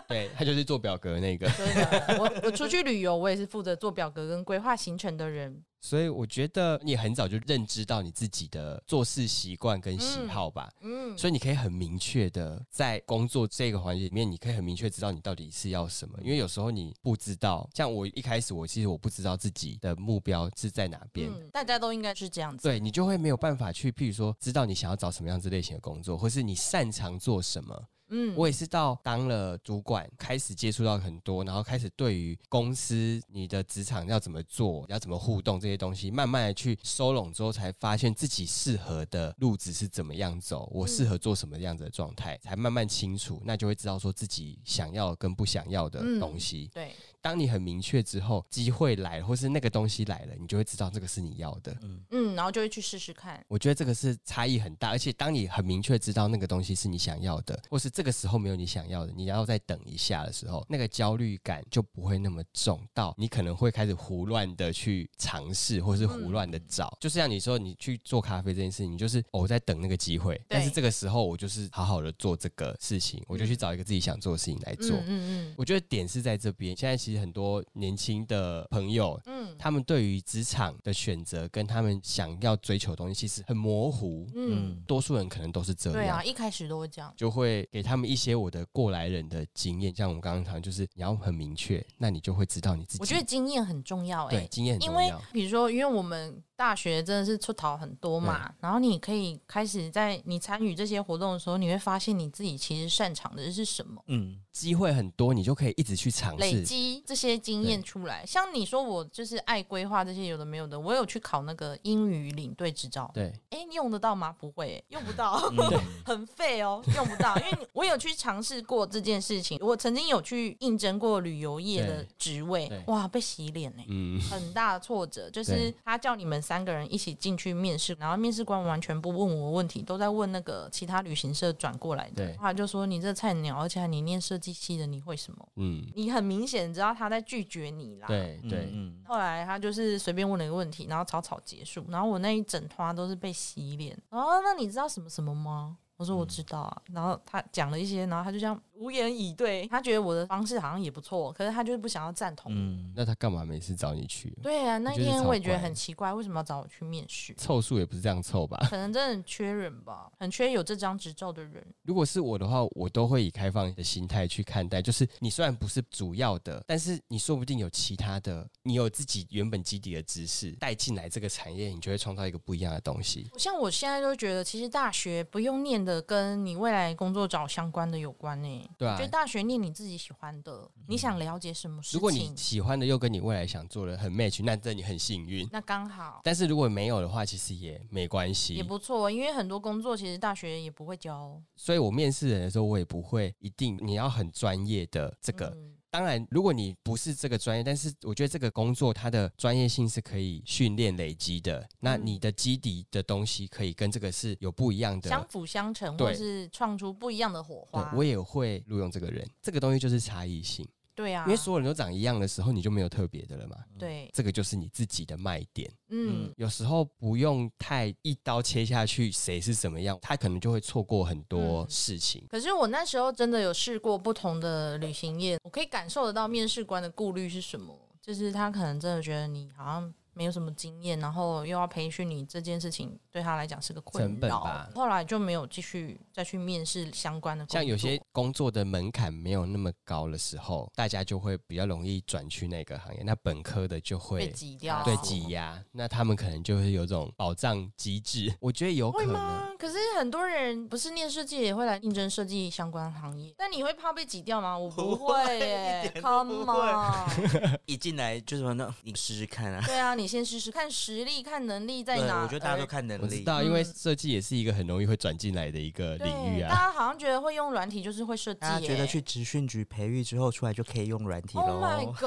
[SPEAKER 3] 对他就是做表格的那个，
[SPEAKER 1] 真的， 我我出去旅游，我也是负责做表格跟规划行程的人。
[SPEAKER 3] 所以我觉得你很早就认知到你自己的做事习惯跟喜好吧。
[SPEAKER 1] 嗯，
[SPEAKER 3] 所以你可以很明确的在工作这个环节里面，你可以很明确知道你到底是要什么，因为有时候你不知道，像我一开始我其实我不知道自己的目标是在哪边，
[SPEAKER 1] 嗯，大家都应该是这样子。
[SPEAKER 3] 对你就会没有办法去，譬如说知道你想要找什么样子类型的工作，或是你擅长做什么。
[SPEAKER 1] 嗯，
[SPEAKER 3] 我也是到当了主管，开始接触到很多，然后开始对于公司、你的职场要怎么做、要怎么互动这些东西，慢慢的去收拢之后，才发现自己适合的路子是怎么样走，我适
[SPEAKER 1] 嗯
[SPEAKER 3] 合做什么样子的状态，才慢慢清楚，那就会知道说自己想要跟不想要的
[SPEAKER 1] 嗯
[SPEAKER 3] 东西。
[SPEAKER 1] 对，
[SPEAKER 3] 当你很明确之后，机会来了，或是那个东西来了，你就会知道这个是你要的。
[SPEAKER 2] 嗯，
[SPEAKER 1] 嗯，然后就会去试试看。
[SPEAKER 3] 我觉得这个是差异很大，而且当你很明确知道那个东西是你想要的，或是这个时候没有你想要的，你要再等一下的时候，那个焦虑感就不会那么重，到你可能会开始胡乱的去尝试，或是胡乱的找。就是像你说，你去做咖啡这件事情，你就是哦我在等那个机会，但是这个时候我就是好好的做这个事情，我就去找一个自己想做的事情来做。
[SPEAKER 1] 嗯嗯
[SPEAKER 3] 我觉得点是在这边，现在其实很多年轻的朋友，
[SPEAKER 1] 嗯
[SPEAKER 3] 他们对于职场的选择跟他们想要追求的东西其实很模糊，
[SPEAKER 1] 嗯
[SPEAKER 2] 嗯
[SPEAKER 3] 多数人可能都是
[SPEAKER 1] 嗯，
[SPEAKER 3] 这样。
[SPEAKER 1] 对啊，一开始都会这样。
[SPEAKER 3] 就会给他们一些我的过来人的经验，像我们刚刚谈，就是你要很明确，那你就会知道你自己。
[SPEAKER 1] 我觉得经验很重要、欸，
[SPEAKER 3] 对经验很
[SPEAKER 1] 因
[SPEAKER 3] 重
[SPEAKER 1] 为
[SPEAKER 3] 要。
[SPEAKER 1] 比如说，因为我们大学真的是出逃很多嘛，然后你可以开始在你参与这些活动的时候，你会发现你自己其实擅长的是什么，
[SPEAKER 2] 嗯，
[SPEAKER 3] 机会很多，你就可以一直去尝
[SPEAKER 1] 累
[SPEAKER 3] 试。
[SPEAKER 1] 积这些经验出来。像你说我就是爱规划这些有的没有的，我有去考那个英语领队执照，
[SPEAKER 3] 对，嗯
[SPEAKER 1] 哎、你用得到吗？不会、欸，用不到。
[SPEAKER 2] 对，
[SPEAKER 1] 很废哦，用不到，因为我有去尝试过这件事情，我曾经有去应征过旅游业的
[SPEAKER 3] 对
[SPEAKER 1] 职位
[SPEAKER 3] 对，
[SPEAKER 1] 哇，被洗脸呢、
[SPEAKER 3] 嗯，
[SPEAKER 1] 很大的挫折，就是
[SPEAKER 3] 对
[SPEAKER 1] 他叫你们三个人一起进去面试，然后面试官完全不问我问题，都在问那个其他旅行社转过来的
[SPEAKER 3] 对，
[SPEAKER 1] 他就说你这菜鸟，而且你念设计系的，你会什么？
[SPEAKER 3] 嗯，
[SPEAKER 1] 你很明显知道他在拒绝你啦。
[SPEAKER 3] 对
[SPEAKER 2] 嗯
[SPEAKER 3] 对，
[SPEAKER 2] 嗯，
[SPEAKER 1] 后来他就是随便问了一个问题，然后草草结束。然后我那一整团都是被洗脸。哦，那你知道什么什么吗？我
[SPEAKER 3] 嗯
[SPEAKER 1] 说我知道啊。然后他讲了一些，然后他就这样无言以对。他觉得我的方式好像也不错，可是他就是不想要赞同。
[SPEAKER 2] 嗯，
[SPEAKER 3] 那他干嘛每次找你去？
[SPEAKER 1] 对啊，那
[SPEAKER 3] 我觉得
[SPEAKER 1] 天
[SPEAKER 3] 超
[SPEAKER 1] 我也觉得
[SPEAKER 3] 怪
[SPEAKER 1] 很奇怪，为什么要找我去面试？
[SPEAKER 3] 凑数也不是这样凑吧？
[SPEAKER 1] 可能真的很缺人吧，很缺有这张执照的人。
[SPEAKER 3] 如果是我的话，我都会以开放的心态去看待。就是你虽然不是主要的，但是你说不定有其他的，你有自己原本基底的知识带进来这个产业，你就会创造一个不一样的东西。
[SPEAKER 1] 像我现在都觉得，其实大学不用念的跟你未来工作找相关的有关呢、欸
[SPEAKER 3] 对啊
[SPEAKER 1] 就，大学念你自己喜欢的，你想了解什么事情，
[SPEAKER 3] 如果你喜欢的又跟你未来想做的很 match，那真的你很幸运。
[SPEAKER 1] 那刚好
[SPEAKER 3] 但是如果没有的话，其实也没关
[SPEAKER 1] 也
[SPEAKER 3] 系。
[SPEAKER 1] 不错，哦因为很多工作其实大学也不会教哦。
[SPEAKER 3] 所以我面试人的时候，我也不会一定你要很专业的这个。
[SPEAKER 1] 嗯
[SPEAKER 3] 当然，如果你不是这个专业，但是我觉得这个工作它的专业性是可以训练累积的。那
[SPEAKER 1] 嗯
[SPEAKER 3] 你的基底的东西可以跟这个是有不一样的。
[SPEAKER 1] 相辅相成，
[SPEAKER 3] 对
[SPEAKER 1] 或是创出不一样的火
[SPEAKER 3] 对
[SPEAKER 1] 花。，
[SPEAKER 3] 我也会录用这个人，这个东西就是差异性，
[SPEAKER 1] 对啊，
[SPEAKER 3] 因为所有人都长一样的时候，你就没有特别的了嘛。
[SPEAKER 1] 对，
[SPEAKER 3] 这个就是你自己的卖点。
[SPEAKER 1] 嗯，
[SPEAKER 3] 有时候不用太一刀切下去，谁是怎么样，他可能就会错过很多
[SPEAKER 1] 嗯
[SPEAKER 3] 事情。
[SPEAKER 1] 可是我那时候真的有试过不同的旅行业，我可以感受得到面试官的顾虑是什么，就是他可能真的觉得你好像没有什么经验，然后又要培训你这件事情，对他来讲是个困
[SPEAKER 3] 成本
[SPEAKER 1] 扰
[SPEAKER 3] 吧。
[SPEAKER 1] 后来就没有继续再去面试相关的工作。
[SPEAKER 3] 像有些工作的门槛没有那么高的时候，大家就会比较容易转去那个行业。那本科的就
[SPEAKER 1] 被
[SPEAKER 3] 会
[SPEAKER 1] 挤掉，
[SPEAKER 3] 对挤压，那他们可能就会有这种保障机制。 我觉得有可
[SPEAKER 1] 会
[SPEAKER 3] 能，
[SPEAKER 1] 嗯吗？可是很多人不是念设计也会来应征设计相关行业，那你会怕被挤掉吗？我不会
[SPEAKER 2] 一
[SPEAKER 1] 耶
[SPEAKER 2] 点都不
[SPEAKER 1] ，Come
[SPEAKER 2] 会
[SPEAKER 1] on，
[SPEAKER 2] 一进来就是说，那你试试看啊。
[SPEAKER 1] 对啊，你先试试看实力，看能力在
[SPEAKER 2] 对，
[SPEAKER 1] 哪。
[SPEAKER 2] 我觉得大家
[SPEAKER 1] 而
[SPEAKER 2] 都看能
[SPEAKER 3] 我知
[SPEAKER 2] 力，
[SPEAKER 3] 道，因为
[SPEAKER 1] 嗯
[SPEAKER 3] 设计也是一个很容易会转进来的一个
[SPEAKER 1] 对，
[SPEAKER 3] 领域
[SPEAKER 1] 大
[SPEAKER 3] 啊。
[SPEAKER 1] 家好像觉得会用软体就是会设计、
[SPEAKER 2] 大家
[SPEAKER 1] 耶。
[SPEAKER 2] 觉得去职训局培育之后出来就可以用软体
[SPEAKER 1] Oh my
[SPEAKER 2] 喽。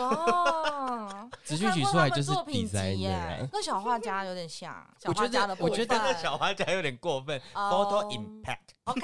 [SPEAKER 1] god！
[SPEAKER 3] 直剧局出来就是
[SPEAKER 1] 我看过他们作品集
[SPEAKER 3] designer
[SPEAKER 1] 耶
[SPEAKER 3] 啊，
[SPEAKER 1] 跟小画家有点像，小
[SPEAKER 3] 我觉
[SPEAKER 1] 画
[SPEAKER 3] 得
[SPEAKER 1] 家的部
[SPEAKER 3] 我觉得
[SPEAKER 1] 分
[SPEAKER 2] 小花家有点过分
[SPEAKER 1] 哦
[SPEAKER 2] ，photo impact，
[SPEAKER 1] OK，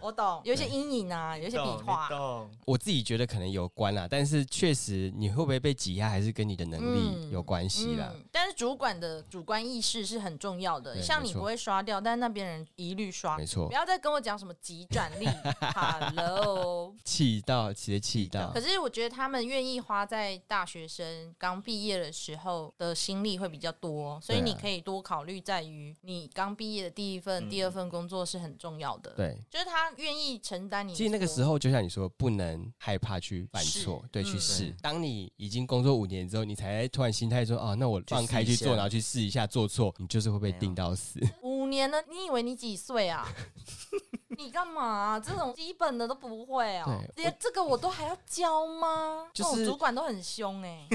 [SPEAKER 1] 我懂，有一些阴影啊，有一
[SPEAKER 2] 你
[SPEAKER 1] 些
[SPEAKER 2] 懂
[SPEAKER 1] 笔画
[SPEAKER 2] 你，懂
[SPEAKER 3] 我自己觉得可能有关啦，但是确实你会不会被挤压，还是跟你的能
[SPEAKER 1] 嗯
[SPEAKER 3] 力有关系啦。
[SPEAKER 1] 嗯。但是主管的主观意识是很重要的，
[SPEAKER 3] 对
[SPEAKER 1] 像
[SPEAKER 3] 没
[SPEAKER 1] 你
[SPEAKER 3] 错
[SPEAKER 1] 不会刷掉，但那边人一律刷
[SPEAKER 3] 没。错
[SPEAKER 1] 不，要再跟我讲什么急转力 ，Hello。
[SPEAKER 3] 气到直接气到
[SPEAKER 1] 可。是我觉得他们愿意花在大学生刚毕业的时候的心力会比较多，所以
[SPEAKER 3] 对啊
[SPEAKER 1] 你可以多考虑在于你刚毕业的第一份、
[SPEAKER 2] 嗯
[SPEAKER 1] 第二份工作是很重要的。，
[SPEAKER 3] 对，
[SPEAKER 1] 就是他愿意承担你。
[SPEAKER 3] 其实那个时，候就像你说，不能害怕去犯错，对，
[SPEAKER 1] 嗯
[SPEAKER 3] 去试
[SPEAKER 2] 对。
[SPEAKER 3] 当你已经工作五年之后，你才突然心态说，哦，那我放开
[SPEAKER 2] 去试一
[SPEAKER 3] 去
[SPEAKER 2] 下
[SPEAKER 3] 做，然后去试一下，做错，你就是会被
[SPEAKER 2] 没有
[SPEAKER 3] 定到死。
[SPEAKER 1] 五年了，你以为你几岁啊？你干嘛啊、这种基本的都不会哦、
[SPEAKER 3] 对我
[SPEAKER 1] 连这个我都还要教吗？
[SPEAKER 3] 就
[SPEAKER 1] 这种
[SPEAKER 3] 是
[SPEAKER 1] 主管都很凶哎、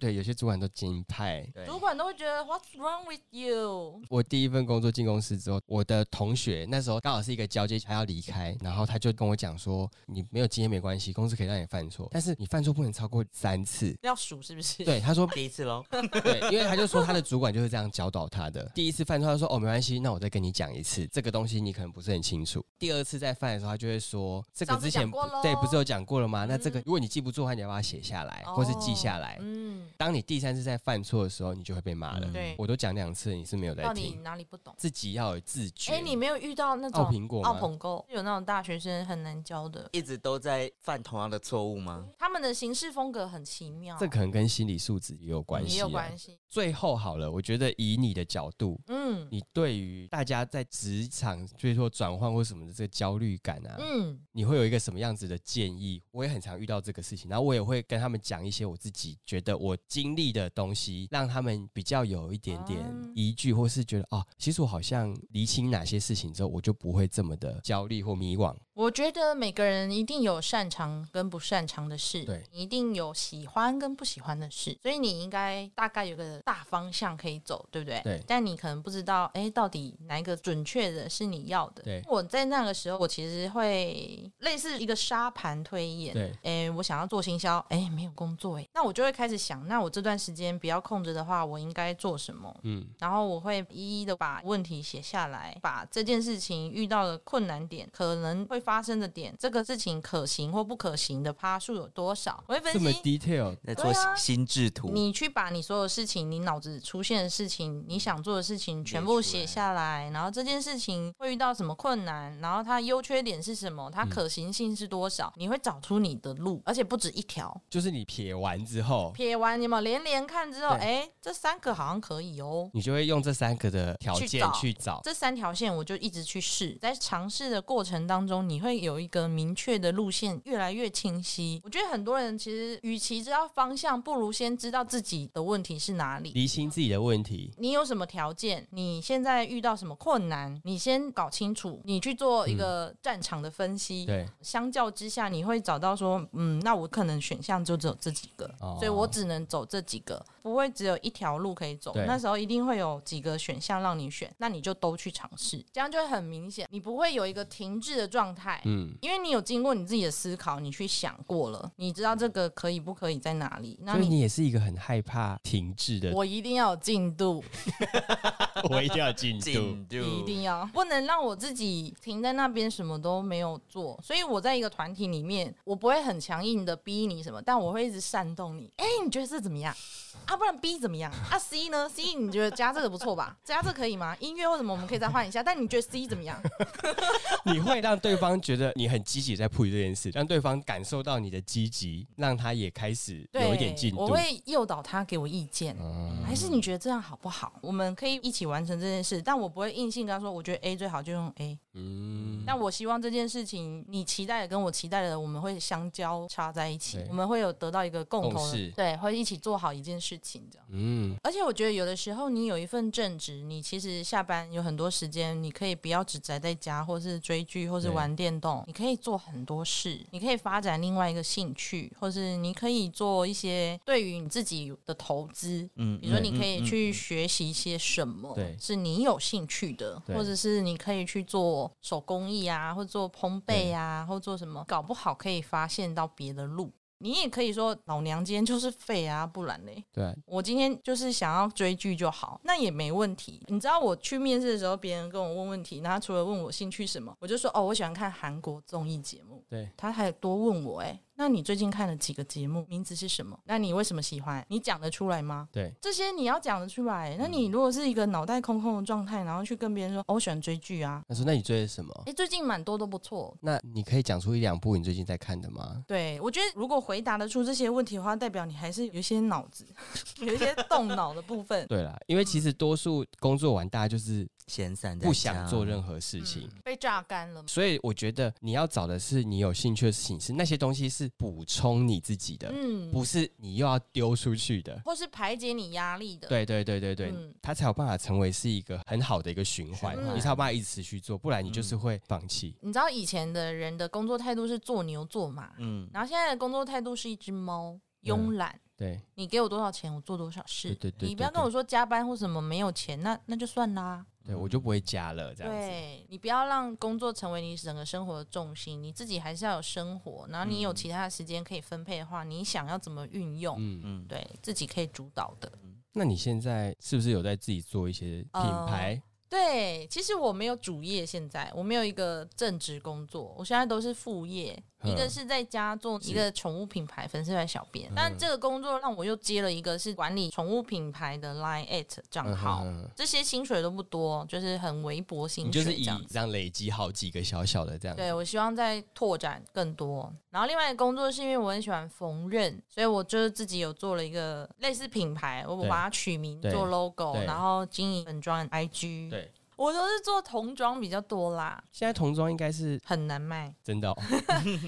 [SPEAKER 3] 对，有些主管都精英派。
[SPEAKER 2] 对，
[SPEAKER 1] 主管都会觉得 What's wrong with you？
[SPEAKER 3] 我第一份工作进公司之后，我的同学那时候刚好是一个交接，他要离开，然后他就跟我讲说：“你没有经验没关系，公司可以让你犯错，但是你犯错不能超过三次。
[SPEAKER 1] 要数是不”是？
[SPEAKER 3] 对，他说
[SPEAKER 2] 第一次喽，
[SPEAKER 3] 对，因为他就说他的主管就是这样教导他的。 第一次犯错，他说：“哦，没关系，那我再跟你讲一次，这个东西你可能不是很清楚。”第二次再犯的时候，他就会说：“这个
[SPEAKER 1] 上次
[SPEAKER 3] 之前
[SPEAKER 1] 讲过咯
[SPEAKER 3] 对，不是有讲过了吗？那
[SPEAKER 1] 嗯
[SPEAKER 3] 这个如果你记不住的话，你要把它写下来，或是记下来。
[SPEAKER 1] 嗯，
[SPEAKER 3] 当你第三次再犯错的时候，你就会被骂了。
[SPEAKER 2] 嗯
[SPEAKER 1] 对，
[SPEAKER 3] 我都讲两次，你是没有在
[SPEAKER 1] 到底
[SPEAKER 3] 听，
[SPEAKER 1] 哪里不懂？
[SPEAKER 3] 自己要有自觉。
[SPEAKER 1] 哎，你没有遇到那
[SPEAKER 3] 奥
[SPEAKER 1] 种
[SPEAKER 3] 苹果
[SPEAKER 1] 奥
[SPEAKER 3] 吗
[SPEAKER 1] 捧够，有那种大学生很难教的，
[SPEAKER 2] 一直都在犯同样的错误吗？
[SPEAKER 1] 他们的行事风格很奇妙，
[SPEAKER 3] 这可能跟心理素质也有
[SPEAKER 1] 哦
[SPEAKER 3] 关
[SPEAKER 1] 也
[SPEAKER 3] 系、
[SPEAKER 1] 有
[SPEAKER 3] 啊。
[SPEAKER 1] 关系。
[SPEAKER 3] 最后好了，我觉得以你的角度，
[SPEAKER 1] 嗯
[SPEAKER 3] 你对于大家在职场，就是说转换或什么的这个焦虑感啊，
[SPEAKER 1] 嗯，
[SPEAKER 3] 你会有一个什么样子的建议？我也很常遇到这个事情，然后我也会跟他们讲一些我自己觉得我经历的东西，让他们比较有一点点
[SPEAKER 1] 嗯
[SPEAKER 3] 依据，或是觉得哦，其实我好像厘清哪些事情之后，我就不会这么的焦虑或迷惘。
[SPEAKER 1] 我觉得每个人一定有擅长跟不擅长的事，
[SPEAKER 3] 对
[SPEAKER 1] 你一定有喜欢跟不喜欢的事，所以你应该大概有个大方向可以走，对不对？
[SPEAKER 3] 对
[SPEAKER 1] 但你可能不知道，哎，到底哪一个准确的是你要的？
[SPEAKER 3] 对
[SPEAKER 1] 我在那个时候，我其实会类似一个沙盘推演，
[SPEAKER 3] 对
[SPEAKER 1] 哎，我想要做行销，哎，没有工作，哎，那我就会开始想，那我这段时间不要空着的话，我应该做什么？
[SPEAKER 3] 嗯，
[SPEAKER 1] 然后我会一一的把问题写下来，把这件事情遇到的困难点、可能会发生的点，这个事情可行或不可行的趴数有多少，我会分
[SPEAKER 3] 这么
[SPEAKER 1] 析。
[SPEAKER 3] detail，
[SPEAKER 2] 在做
[SPEAKER 1] 对啊
[SPEAKER 2] 心智图，
[SPEAKER 1] 你去把你所有事情、你脑子出现的事情、你想做的事情全部写下来，然后这件事情会遇到什么困难，然后它优缺点是什么，它可行性是多少，你会找出你的路，而且不止一条。
[SPEAKER 3] 就是你撇完之后，
[SPEAKER 1] 撇完有没有连连看之后，
[SPEAKER 3] 对
[SPEAKER 1] 哎，这三个好像可以哦，
[SPEAKER 3] 你就会用这三个的条
[SPEAKER 1] 去
[SPEAKER 3] 件
[SPEAKER 1] 找
[SPEAKER 3] 去找。
[SPEAKER 1] 这三条线我就一直去试，在尝试的过程当中，你会有一个明确的路线，越来越清晰。我觉得很多人其实，与其知道方向，不如先知道自己的问题是哪里。
[SPEAKER 3] 厘清自己的问题，
[SPEAKER 1] 你有什么条件？你现在遇到什么困难？你先搞清楚，你去做一个战场的分析。
[SPEAKER 3] 对，
[SPEAKER 1] 相较之下，你会找到说，嗯，那我可能选项就只有这几个，
[SPEAKER 3] 哦
[SPEAKER 1] 所以我只能走这几个，不会只有一条路可以走
[SPEAKER 3] 对。
[SPEAKER 1] 那时候一定会有几个选项让你选，那你就都去尝试，这样就会很明显，你不会有一个停滞的状态。
[SPEAKER 3] 嗯，
[SPEAKER 1] 因为你有经过你自己的思考，你去想过了，你知道这个可以不可以在哪里。那
[SPEAKER 3] 所以
[SPEAKER 1] 你
[SPEAKER 3] 你也是一个很害怕停滞的，
[SPEAKER 1] 我一定要有进度，
[SPEAKER 3] 我一定要进度。
[SPEAKER 2] 进度
[SPEAKER 1] 一定要，不能让我自己停在那边什么都没有做。所以我在一个团体里面，我不会很强硬的逼你什么，但我会一直煽动你。哎、你觉得这怎么样？啊，不然 B 怎么样？啊 C 呢？C 你觉得加这个不错吧？加这可以吗？音乐或什么我们可以再换一下，但你觉得 C 怎么 样？
[SPEAKER 3] 你会让对方觉得你很积极在 push 这件事，让对方感受到你的积极，让他也开始
[SPEAKER 1] 对，
[SPEAKER 3] 有一点进
[SPEAKER 1] 我
[SPEAKER 3] 度。嗯
[SPEAKER 1] 会诱导他给我意见。还是你觉得这样好不好？我们可以一起完成这件事，但我不会硬性跟他说，我觉得 A 最好就用 A。
[SPEAKER 3] 嗯，
[SPEAKER 1] 但我希望这件事情，你期待的跟我期待的，我们会相交叉在一起
[SPEAKER 3] 对，
[SPEAKER 1] 我们会有得到一个共
[SPEAKER 3] 共
[SPEAKER 1] 同
[SPEAKER 3] 识
[SPEAKER 1] 的，对，会一起做好一件事情这样。
[SPEAKER 3] 嗯，
[SPEAKER 1] 而且我觉得有的时候，你有一份正职，你其实下班有很多时间，你可以不要只宅在家，或是追剧，或是
[SPEAKER 3] 对
[SPEAKER 1] 玩电动，你可以做很多事，你可以发展另外一个兴趣，或是你可以做一些对于你自己的投资，
[SPEAKER 2] 嗯
[SPEAKER 1] 比如说，
[SPEAKER 2] 嗯
[SPEAKER 1] 你可
[SPEAKER 2] 嗯
[SPEAKER 1] 以
[SPEAKER 2] 嗯
[SPEAKER 1] 去学习一些什么，
[SPEAKER 3] 对
[SPEAKER 1] 是你有兴趣的，
[SPEAKER 3] 对
[SPEAKER 1] 或者是你可以去做手工艺啊，或做烘焙啊，或做什么，搞不好可以发现到别的路。你也可以说老娘今天就是废啊，不然嘞，
[SPEAKER 3] 对，
[SPEAKER 1] 我今天就是想要追剧就好，那也没问题。你知道我去面试的时候，别人跟我问问题，然后他除了问我兴趣什么，我就说哦，我喜欢看韩国综艺节目。
[SPEAKER 3] 对，
[SPEAKER 1] 他还多问我，哎，那你最近看了几个节目？名字是什么？那你为什么喜欢？你讲得出来吗？
[SPEAKER 3] 对，
[SPEAKER 1] 这些你要讲得出来。
[SPEAKER 3] 嗯
[SPEAKER 1] 那你如果是一个脑袋空空的状态，然后去跟别人说，哦，我喜欢追剧啊，
[SPEAKER 3] 他说：“那你追的什么
[SPEAKER 1] 诶，最近蛮多都不错？”。
[SPEAKER 3] 那你可以讲出一两部你最近在看的吗？
[SPEAKER 1] 对，我觉得如果回答得出这些问题的话，代表你还是有一些脑子， 有一些动脑的部分。
[SPEAKER 3] 对啦，因为其实多数工作完，大家就是
[SPEAKER 2] 闲散在
[SPEAKER 3] 不
[SPEAKER 2] 家
[SPEAKER 3] 想做任何事情，
[SPEAKER 1] 嗯被榨干了嘛。
[SPEAKER 3] 所以我觉得你要找的是你有兴趣的事情，是那些东西是补充你自己的，
[SPEAKER 1] 嗯，
[SPEAKER 3] 不是你又要丢出去的。
[SPEAKER 1] 或是排解你压力的。
[SPEAKER 3] 对对对对对，
[SPEAKER 1] 嗯
[SPEAKER 3] 它才有办法成为是一个很好的一个循环，
[SPEAKER 2] 循环
[SPEAKER 3] 你才有办法一直持续做，不然你就是会放弃。
[SPEAKER 1] 你知道以前的人的工作态度是做牛做马，
[SPEAKER 2] 嗯，
[SPEAKER 1] 然后现在的工作态度是一只猫，
[SPEAKER 3] 嗯
[SPEAKER 1] 慵懒。
[SPEAKER 3] 对
[SPEAKER 1] 你给我多少钱，我做多少事。
[SPEAKER 3] 对对对
[SPEAKER 1] 你不要
[SPEAKER 3] 对
[SPEAKER 1] 跟我说加班或什么没有钱，那那就算啦。
[SPEAKER 3] 对，我就不会加了这样子。
[SPEAKER 1] 对你不要让工作成为你整个生活的重心，你自己还是要有生活，然后你有其他的时间可以分配的话，你想要怎么运用，
[SPEAKER 3] 嗯，
[SPEAKER 2] 嗯，
[SPEAKER 1] 对自己可以主导的。
[SPEAKER 3] 那你现在是不是有在自己做一些
[SPEAKER 1] 呃
[SPEAKER 3] 品牌？
[SPEAKER 1] 对，其实我没有主业，现在我没有一个正职工作，我现在都是副业，一个
[SPEAKER 3] 嗯
[SPEAKER 1] 是在家做一个宠物品牌粉丝团小编，但
[SPEAKER 3] 嗯
[SPEAKER 1] 这个工作让我又接了一个是管理宠物品牌的 Line at 账
[SPEAKER 3] 嗯
[SPEAKER 1] 号，
[SPEAKER 3] 嗯嗯
[SPEAKER 1] 这些薪水都不多，就是很微薄
[SPEAKER 3] 你
[SPEAKER 1] 薪
[SPEAKER 3] 就
[SPEAKER 1] 水
[SPEAKER 3] 是
[SPEAKER 1] 这
[SPEAKER 3] 以
[SPEAKER 1] 样子。
[SPEAKER 3] 这样累积好几个小小的这样子。
[SPEAKER 1] 对，我希望再拓展更多。然后另外一个工作是因为我很喜欢缝纫，所以我就是自己有做了一个类似品牌，我
[SPEAKER 3] 对
[SPEAKER 1] 把它取名
[SPEAKER 3] 对
[SPEAKER 1] 做 logo，
[SPEAKER 3] 对
[SPEAKER 1] 然后经营本专 IG。
[SPEAKER 3] 对，
[SPEAKER 1] 我都是做童装比较多啦，
[SPEAKER 3] 现在童装应该是
[SPEAKER 1] 很难卖，
[SPEAKER 3] 真的哦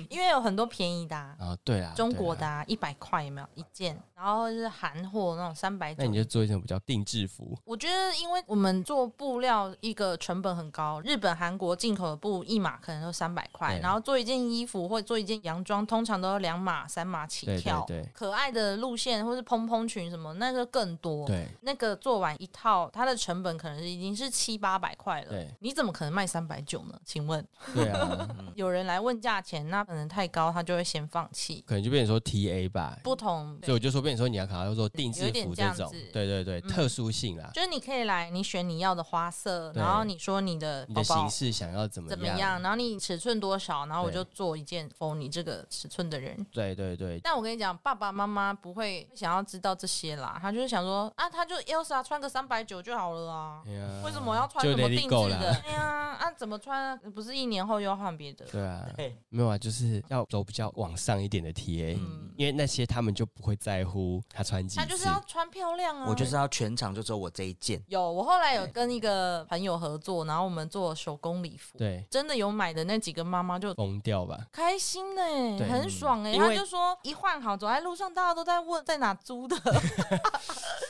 [SPEAKER 1] 因为有很多便宜的啊、
[SPEAKER 3] 啊，对啊，
[SPEAKER 1] 中国
[SPEAKER 3] 对
[SPEAKER 1] 的
[SPEAKER 3] 啊。
[SPEAKER 1] 啊，一百块有没有一件？然后就是韩货那种三百
[SPEAKER 3] 那
[SPEAKER 1] 九
[SPEAKER 3] 你。就做一件比较定制服，
[SPEAKER 1] 我觉得，因为我们做布料一个成本很高，日本、韩国进口的布一码可能都三百块
[SPEAKER 3] 对，
[SPEAKER 1] 然后做一件衣服或者做一件洋装，通常都要两码、三码起
[SPEAKER 3] 对
[SPEAKER 1] 跳。
[SPEAKER 3] 对对
[SPEAKER 1] 可爱的路线或是蓬蓬裙什么，那个更多。
[SPEAKER 3] 对，
[SPEAKER 1] 那个做完一套，它的成本可能已经是七八百块了
[SPEAKER 3] 对，
[SPEAKER 1] 你怎么可能卖三百九呢？请问？
[SPEAKER 3] 对 啊，
[SPEAKER 1] 有人来问价钱，那可能太高，他就会先放弃。
[SPEAKER 3] 可能就变成说 TA 吧，
[SPEAKER 1] 不同，
[SPEAKER 3] 所以我就说变成说你要考虑说定制
[SPEAKER 1] 有点
[SPEAKER 3] 服
[SPEAKER 1] 这样
[SPEAKER 3] 种
[SPEAKER 1] 子，嗯
[SPEAKER 3] 对对对，特殊性啦，
[SPEAKER 1] 就是你可以来，你选你要的花色，
[SPEAKER 3] 对
[SPEAKER 1] 然后你说你的
[SPEAKER 3] 你
[SPEAKER 1] 包
[SPEAKER 3] 的
[SPEAKER 1] 包
[SPEAKER 3] 形式想要怎么
[SPEAKER 1] 怎么样，？然后你尺寸多少，然后我
[SPEAKER 3] 对
[SPEAKER 1] 就做一件 for 你这个尺寸的人。
[SPEAKER 3] 对对对，
[SPEAKER 1] 但我跟你讲，爸爸妈妈不会想要知道这些啦，他就是想说啊，他就 Elsa 穿个三百九就好了啊，
[SPEAKER 3] 哎呀
[SPEAKER 1] 为什么我要穿
[SPEAKER 3] 就
[SPEAKER 1] 什么
[SPEAKER 3] let it
[SPEAKER 1] 定制
[SPEAKER 3] go
[SPEAKER 1] 的
[SPEAKER 3] 啦？
[SPEAKER 1] 哎呀，啊怎么穿啊？不是一年后又要换别的？
[SPEAKER 3] 对啊，
[SPEAKER 2] 对，
[SPEAKER 3] 没有啊，就是要走比较往上一点的 TA，
[SPEAKER 1] 嗯，
[SPEAKER 3] 因为那些他们就不会在乎他穿几
[SPEAKER 1] 他就是
[SPEAKER 3] 次，
[SPEAKER 1] 要穿漂亮啊。
[SPEAKER 2] 我就是要全场就只有我这一件，
[SPEAKER 1] 有，我后来有跟一个朋友合作，然后我们做手工礼服，
[SPEAKER 3] 对，
[SPEAKER 1] 真的有买的那几个妈妈就
[SPEAKER 3] 疯掉吧。
[SPEAKER 1] 开心呢、
[SPEAKER 3] 对嗯
[SPEAKER 1] 很爽哎、
[SPEAKER 3] 因
[SPEAKER 1] 她
[SPEAKER 3] 为
[SPEAKER 1] 就说一换好，走在路上大家都在问在哪租的，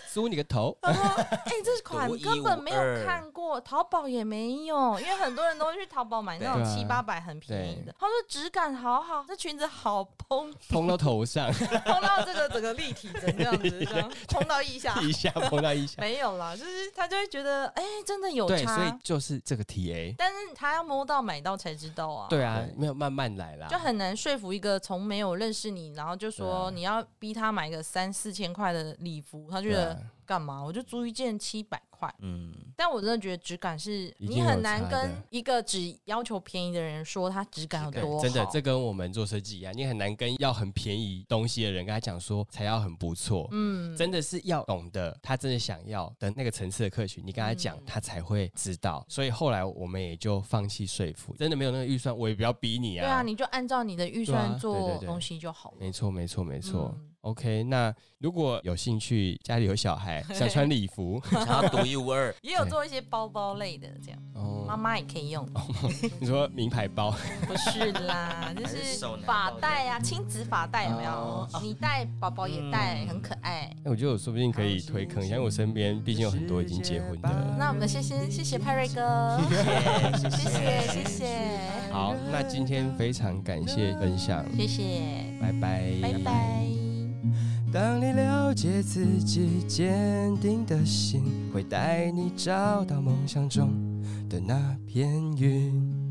[SPEAKER 3] 梳你个头，
[SPEAKER 1] 她说哎、这款
[SPEAKER 2] 独一
[SPEAKER 1] 根本没
[SPEAKER 2] 无二
[SPEAKER 1] 有看过，淘宝也没有，因为很多人都会去淘宝买那种
[SPEAKER 3] 对啊
[SPEAKER 1] 七八百很便宜的。她说质感好好，这裙子好蓬，
[SPEAKER 3] 碰到头 上
[SPEAKER 1] 蓬到这个整个立体成这样子，这 样蓬到腋下。
[SPEAKER 3] 一下，碰到一下，
[SPEAKER 1] 没有啦，就是她就会觉得，哎、真的有
[SPEAKER 3] 对，
[SPEAKER 1] 差。
[SPEAKER 3] 所以就是这个 TA，
[SPEAKER 1] 但是他要摸到买到才知道啊。
[SPEAKER 3] 对啊
[SPEAKER 2] 对，
[SPEAKER 3] 没有慢慢来啦，
[SPEAKER 1] 就很难说服一个从没有认识你，然后就
[SPEAKER 3] 对啊
[SPEAKER 1] 说你要逼他买个三四千块的礼服，他觉
[SPEAKER 3] 对
[SPEAKER 1] 得
[SPEAKER 3] 啊
[SPEAKER 1] 干嘛？我就租一件七百块。
[SPEAKER 2] 嗯，
[SPEAKER 1] 但我真的觉得质感是
[SPEAKER 3] 一定
[SPEAKER 1] 你
[SPEAKER 3] 有
[SPEAKER 1] 很难
[SPEAKER 3] 差的
[SPEAKER 1] 跟一个只要求便宜的人说他质感有
[SPEAKER 3] 对
[SPEAKER 1] 多好。
[SPEAKER 3] 真的，这跟我们做设计一样，你很难跟要很便宜东西的人跟他讲说才要很不错，
[SPEAKER 1] 嗯，
[SPEAKER 3] 真的是要懂得他真的想要的那个层次的客群，你跟他讲，
[SPEAKER 1] 嗯
[SPEAKER 3] 他才会知道。所以后来我们也就放弃说服，真的没有那个预算，我也不要逼你
[SPEAKER 1] 对啊，你就按照你的预
[SPEAKER 3] 对啊
[SPEAKER 1] 算
[SPEAKER 3] 对对
[SPEAKER 1] 做
[SPEAKER 3] 对
[SPEAKER 1] 东西就好了。
[SPEAKER 3] 没错，没错，没错。
[SPEAKER 1] 嗯
[SPEAKER 3] OK，那如果有兴趣，家里有 小孩想穿礼服，
[SPEAKER 2] 想要独一无 二，
[SPEAKER 1] 也有做一些包包类的，这样妈
[SPEAKER 3] 哦，
[SPEAKER 1] 妈也可以用。
[SPEAKER 3] 你说名 牌包，
[SPEAKER 1] 不是 啦，就
[SPEAKER 2] 还是
[SPEAKER 1] 是
[SPEAKER 2] 手拿
[SPEAKER 1] 发
[SPEAKER 2] 包的
[SPEAKER 1] 带啊，亲子发带有没有
[SPEAKER 3] 哦？嗯
[SPEAKER 1] 你戴，宝宝也戴，很可爱。
[SPEAKER 3] 哎那我觉得我说不定可以推坑一下，因为我身边毕竟有很多已经结婚的。
[SPEAKER 1] 那我们谢谢谢谢派瑞哥，谢谢谢谢
[SPEAKER 3] 好，那今天非常感谢分享，
[SPEAKER 1] 谢谢，
[SPEAKER 3] 拜拜，
[SPEAKER 1] 拜拜。
[SPEAKER 5] 当你了解自己，坚定的心会带你找到梦想中的那片云。